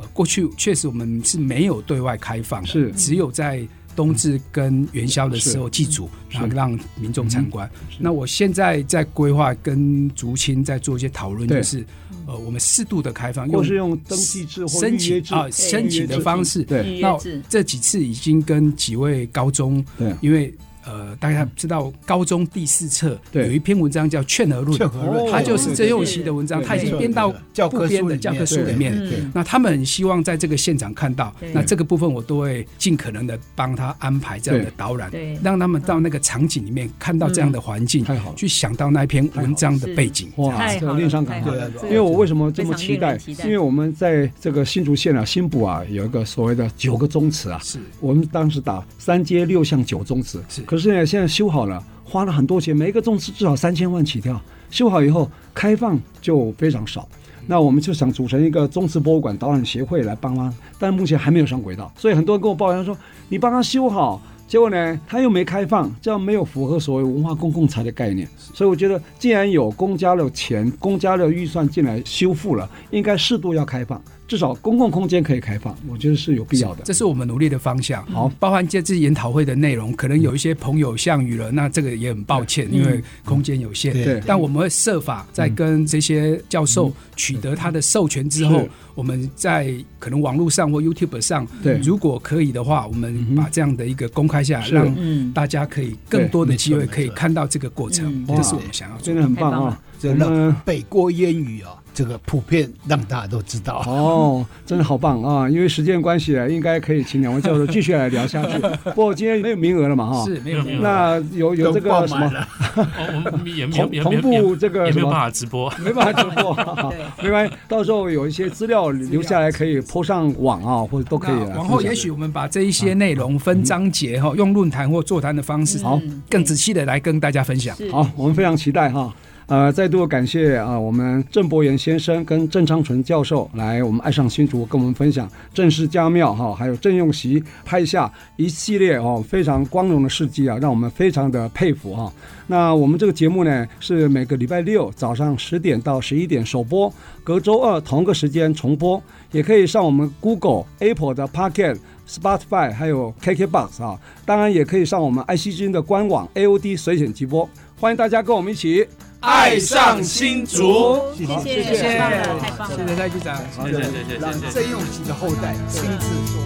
Speaker 6: 呃，过去确实我们是没有对外开放的，
Speaker 4: 是
Speaker 6: 只有在冬至跟元宵的时候祭祖，然后让民众参
Speaker 4: 嗯
Speaker 6: 观。那我现在在规划跟竹青在做一些讨论，
Speaker 4: 对
Speaker 6: 就是呃，我们适度的开放，
Speaker 4: 或是用登记制或预
Speaker 6: 申
Speaker 4: 约
Speaker 6: 请
Speaker 4: 制
Speaker 6: 啊、申请的方式，
Speaker 4: 对
Speaker 3: 预约
Speaker 6: 那
Speaker 3: 制
Speaker 6: 这几次已经跟几位高中，
Speaker 4: 对
Speaker 6: 因为。呃，大家知道高中第四册
Speaker 4: 对
Speaker 6: 有一篇文章叫《劝和论》，
Speaker 5: 劝和论
Speaker 6: 它就是
Speaker 4: 这
Speaker 6: 曾用习的文章，
Speaker 4: 对
Speaker 6: 它已经编到
Speaker 5: 教
Speaker 6: 部
Speaker 5: 科
Speaker 6: 编
Speaker 5: 书
Speaker 6: 的
Speaker 5: 里
Speaker 6: 教科
Speaker 5: 面
Speaker 6: 书里面。
Speaker 4: 嗯
Speaker 3: 对对
Speaker 6: 那他们很希望在这个现场看到
Speaker 3: 对，
Speaker 6: 那这个部分我都会尽可能的帮他安排这样的导览
Speaker 3: 对对，
Speaker 6: 让他们到那个场景里面看到这样的环境，
Speaker 4: 嗯太好了
Speaker 6: 去想到那篇文章的背景。
Speaker 4: 哇
Speaker 3: 太，
Speaker 4: 这
Speaker 3: 好
Speaker 4: 个
Speaker 3: 了
Speaker 4: 令上
Speaker 3: 太
Speaker 5: 啊
Speaker 4: 感
Speaker 3: 好
Speaker 4: 动。
Speaker 3: 了，
Speaker 4: 因为我为什么这么
Speaker 3: 非常
Speaker 4: 期
Speaker 3: 令人
Speaker 4: 待？
Speaker 3: 期待
Speaker 4: 因为我们在这个新竹县啊，新埔啊，有一个所谓的九个宗祠啊，
Speaker 6: 是
Speaker 4: 我们当时打三街六巷九宗祠，
Speaker 6: 是
Speaker 4: 可是呢，现在修好了，花了很多钱，每一个宗祠至少三千万起跳。修好以后，开放就非常少。那我们就想组成一个宗祠博物馆导览协会来帮忙，但目前还没有上轨道，所以很多人跟我抱怨说，你帮他修好，结果呢他又没开放，这样没有符合所谓文化公共财的概念。所以我觉得，既然有公家的钱、公家的预算进来修复了，应该适度要开放，至少公共空间可以开放，我觉得是有必要的。
Speaker 6: 这是我们努力的方向。
Speaker 4: 好，
Speaker 6: 包含这次研讨会的内容，可能有一些朋友项羽了，那这个也很抱歉，因为空间有限。
Speaker 4: 对
Speaker 6: 但我们会设法在跟这些教授取得他的授权之后
Speaker 4: 是，
Speaker 6: 我们在可能网络上或 YouTube 上，
Speaker 4: 对
Speaker 6: 如果可以的话，我们把这样的一个公开下来，
Speaker 4: 是
Speaker 6: 让大家可以更多的机会
Speaker 5: 对没错
Speaker 6: 可以看到这个过程
Speaker 3: 嗯，
Speaker 6: 这是
Speaker 4: 哇
Speaker 6: 我们想要做
Speaker 4: 真
Speaker 6: 的。
Speaker 4: 的很棒
Speaker 3: 太棒
Speaker 4: 啊
Speaker 3: 了！
Speaker 5: 这
Speaker 4: 我们
Speaker 5: 让北郭烟雨啊，这个普遍让大家都知道。
Speaker 4: 哦，真的好棒啊！因为时间关系啊，应该可以请两位教授继续来聊下
Speaker 6: [laughs]
Speaker 4: 去。不过今天没有名额了嘛，哈。
Speaker 6: 是没有没有，
Speaker 4: 那有有这
Speaker 5: 都爆
Speaker 4: 个什
Speaker 5: 满
Speaker 4: 么
Speaker 5: 了
Speaker 7: 哦我们也没有
Speaker 4: 同
Speaker 7: 也没
Speaker 4: 同
Speaker 7: 有
Speaker 4: 步这个
Speaker 7: 也
Speaker 4: 什
Speaker 7: 没有办
Speaker 4: 么？
Speaker 7: 法直播，
Speaker 6: [laughs]
Speaker 4: 没办法直播，哈哈没关系，到时候有一些资料留下来可以铺上网啊，或者都可以嗯
Speaker 6: 那
Speaker 4: 来
Speaker 6: 往后
Speaker 4: 分享
Speaker 6: 也许我们把这一些内容分章节哈，用论坛或座谈的方式，
Speaker 4: 好
Speaker 6: 更仔细的来跟大家分享。
Speaker 3: 嗯是
Speaker 4: 好，我们非常期待哈。呃，再度感谢啊、我们郑伯元先生跟郑昌纯教授来我们爱上新竹跟我们分享郑氏家庙哈、还有郑用席拍下一系列哦非常光荣的事迹啊，让我们非常的佩服哈、那我们这个节目呢是每个礼拜六早上十点到十一点首播，隔周二同个时间重播，也可以上我们 Google、Apple 的 Pocket。Spotify 还有 KKBox 啊，当然也可以上我们爱惜之音的官网 AOD 随选直播，欢迎大家跟我们一起
Speaker 7: 爱上新竹。
Speaker 3: 谢谢，太棒了，太棒了
Speaker 6: 谢。谢蔡局长。
Speaker 7: 谢谢谢谢
Speaker 5: 让
Speaker 7: 谢谢。
Speaker 5: 郑用锡的后代亲自说。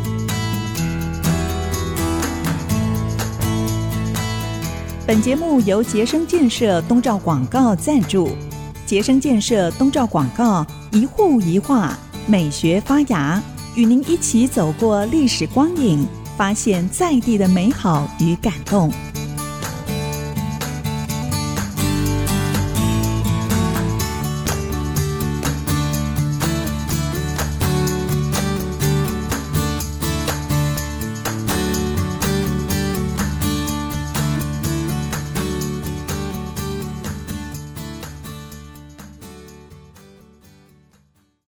Speaker 9: 本节目由杰生建设东照广告赞助。杰生建设东照广告，一户一画，美学发芽，与您一起走过历史光影，发现在地的美好与感动。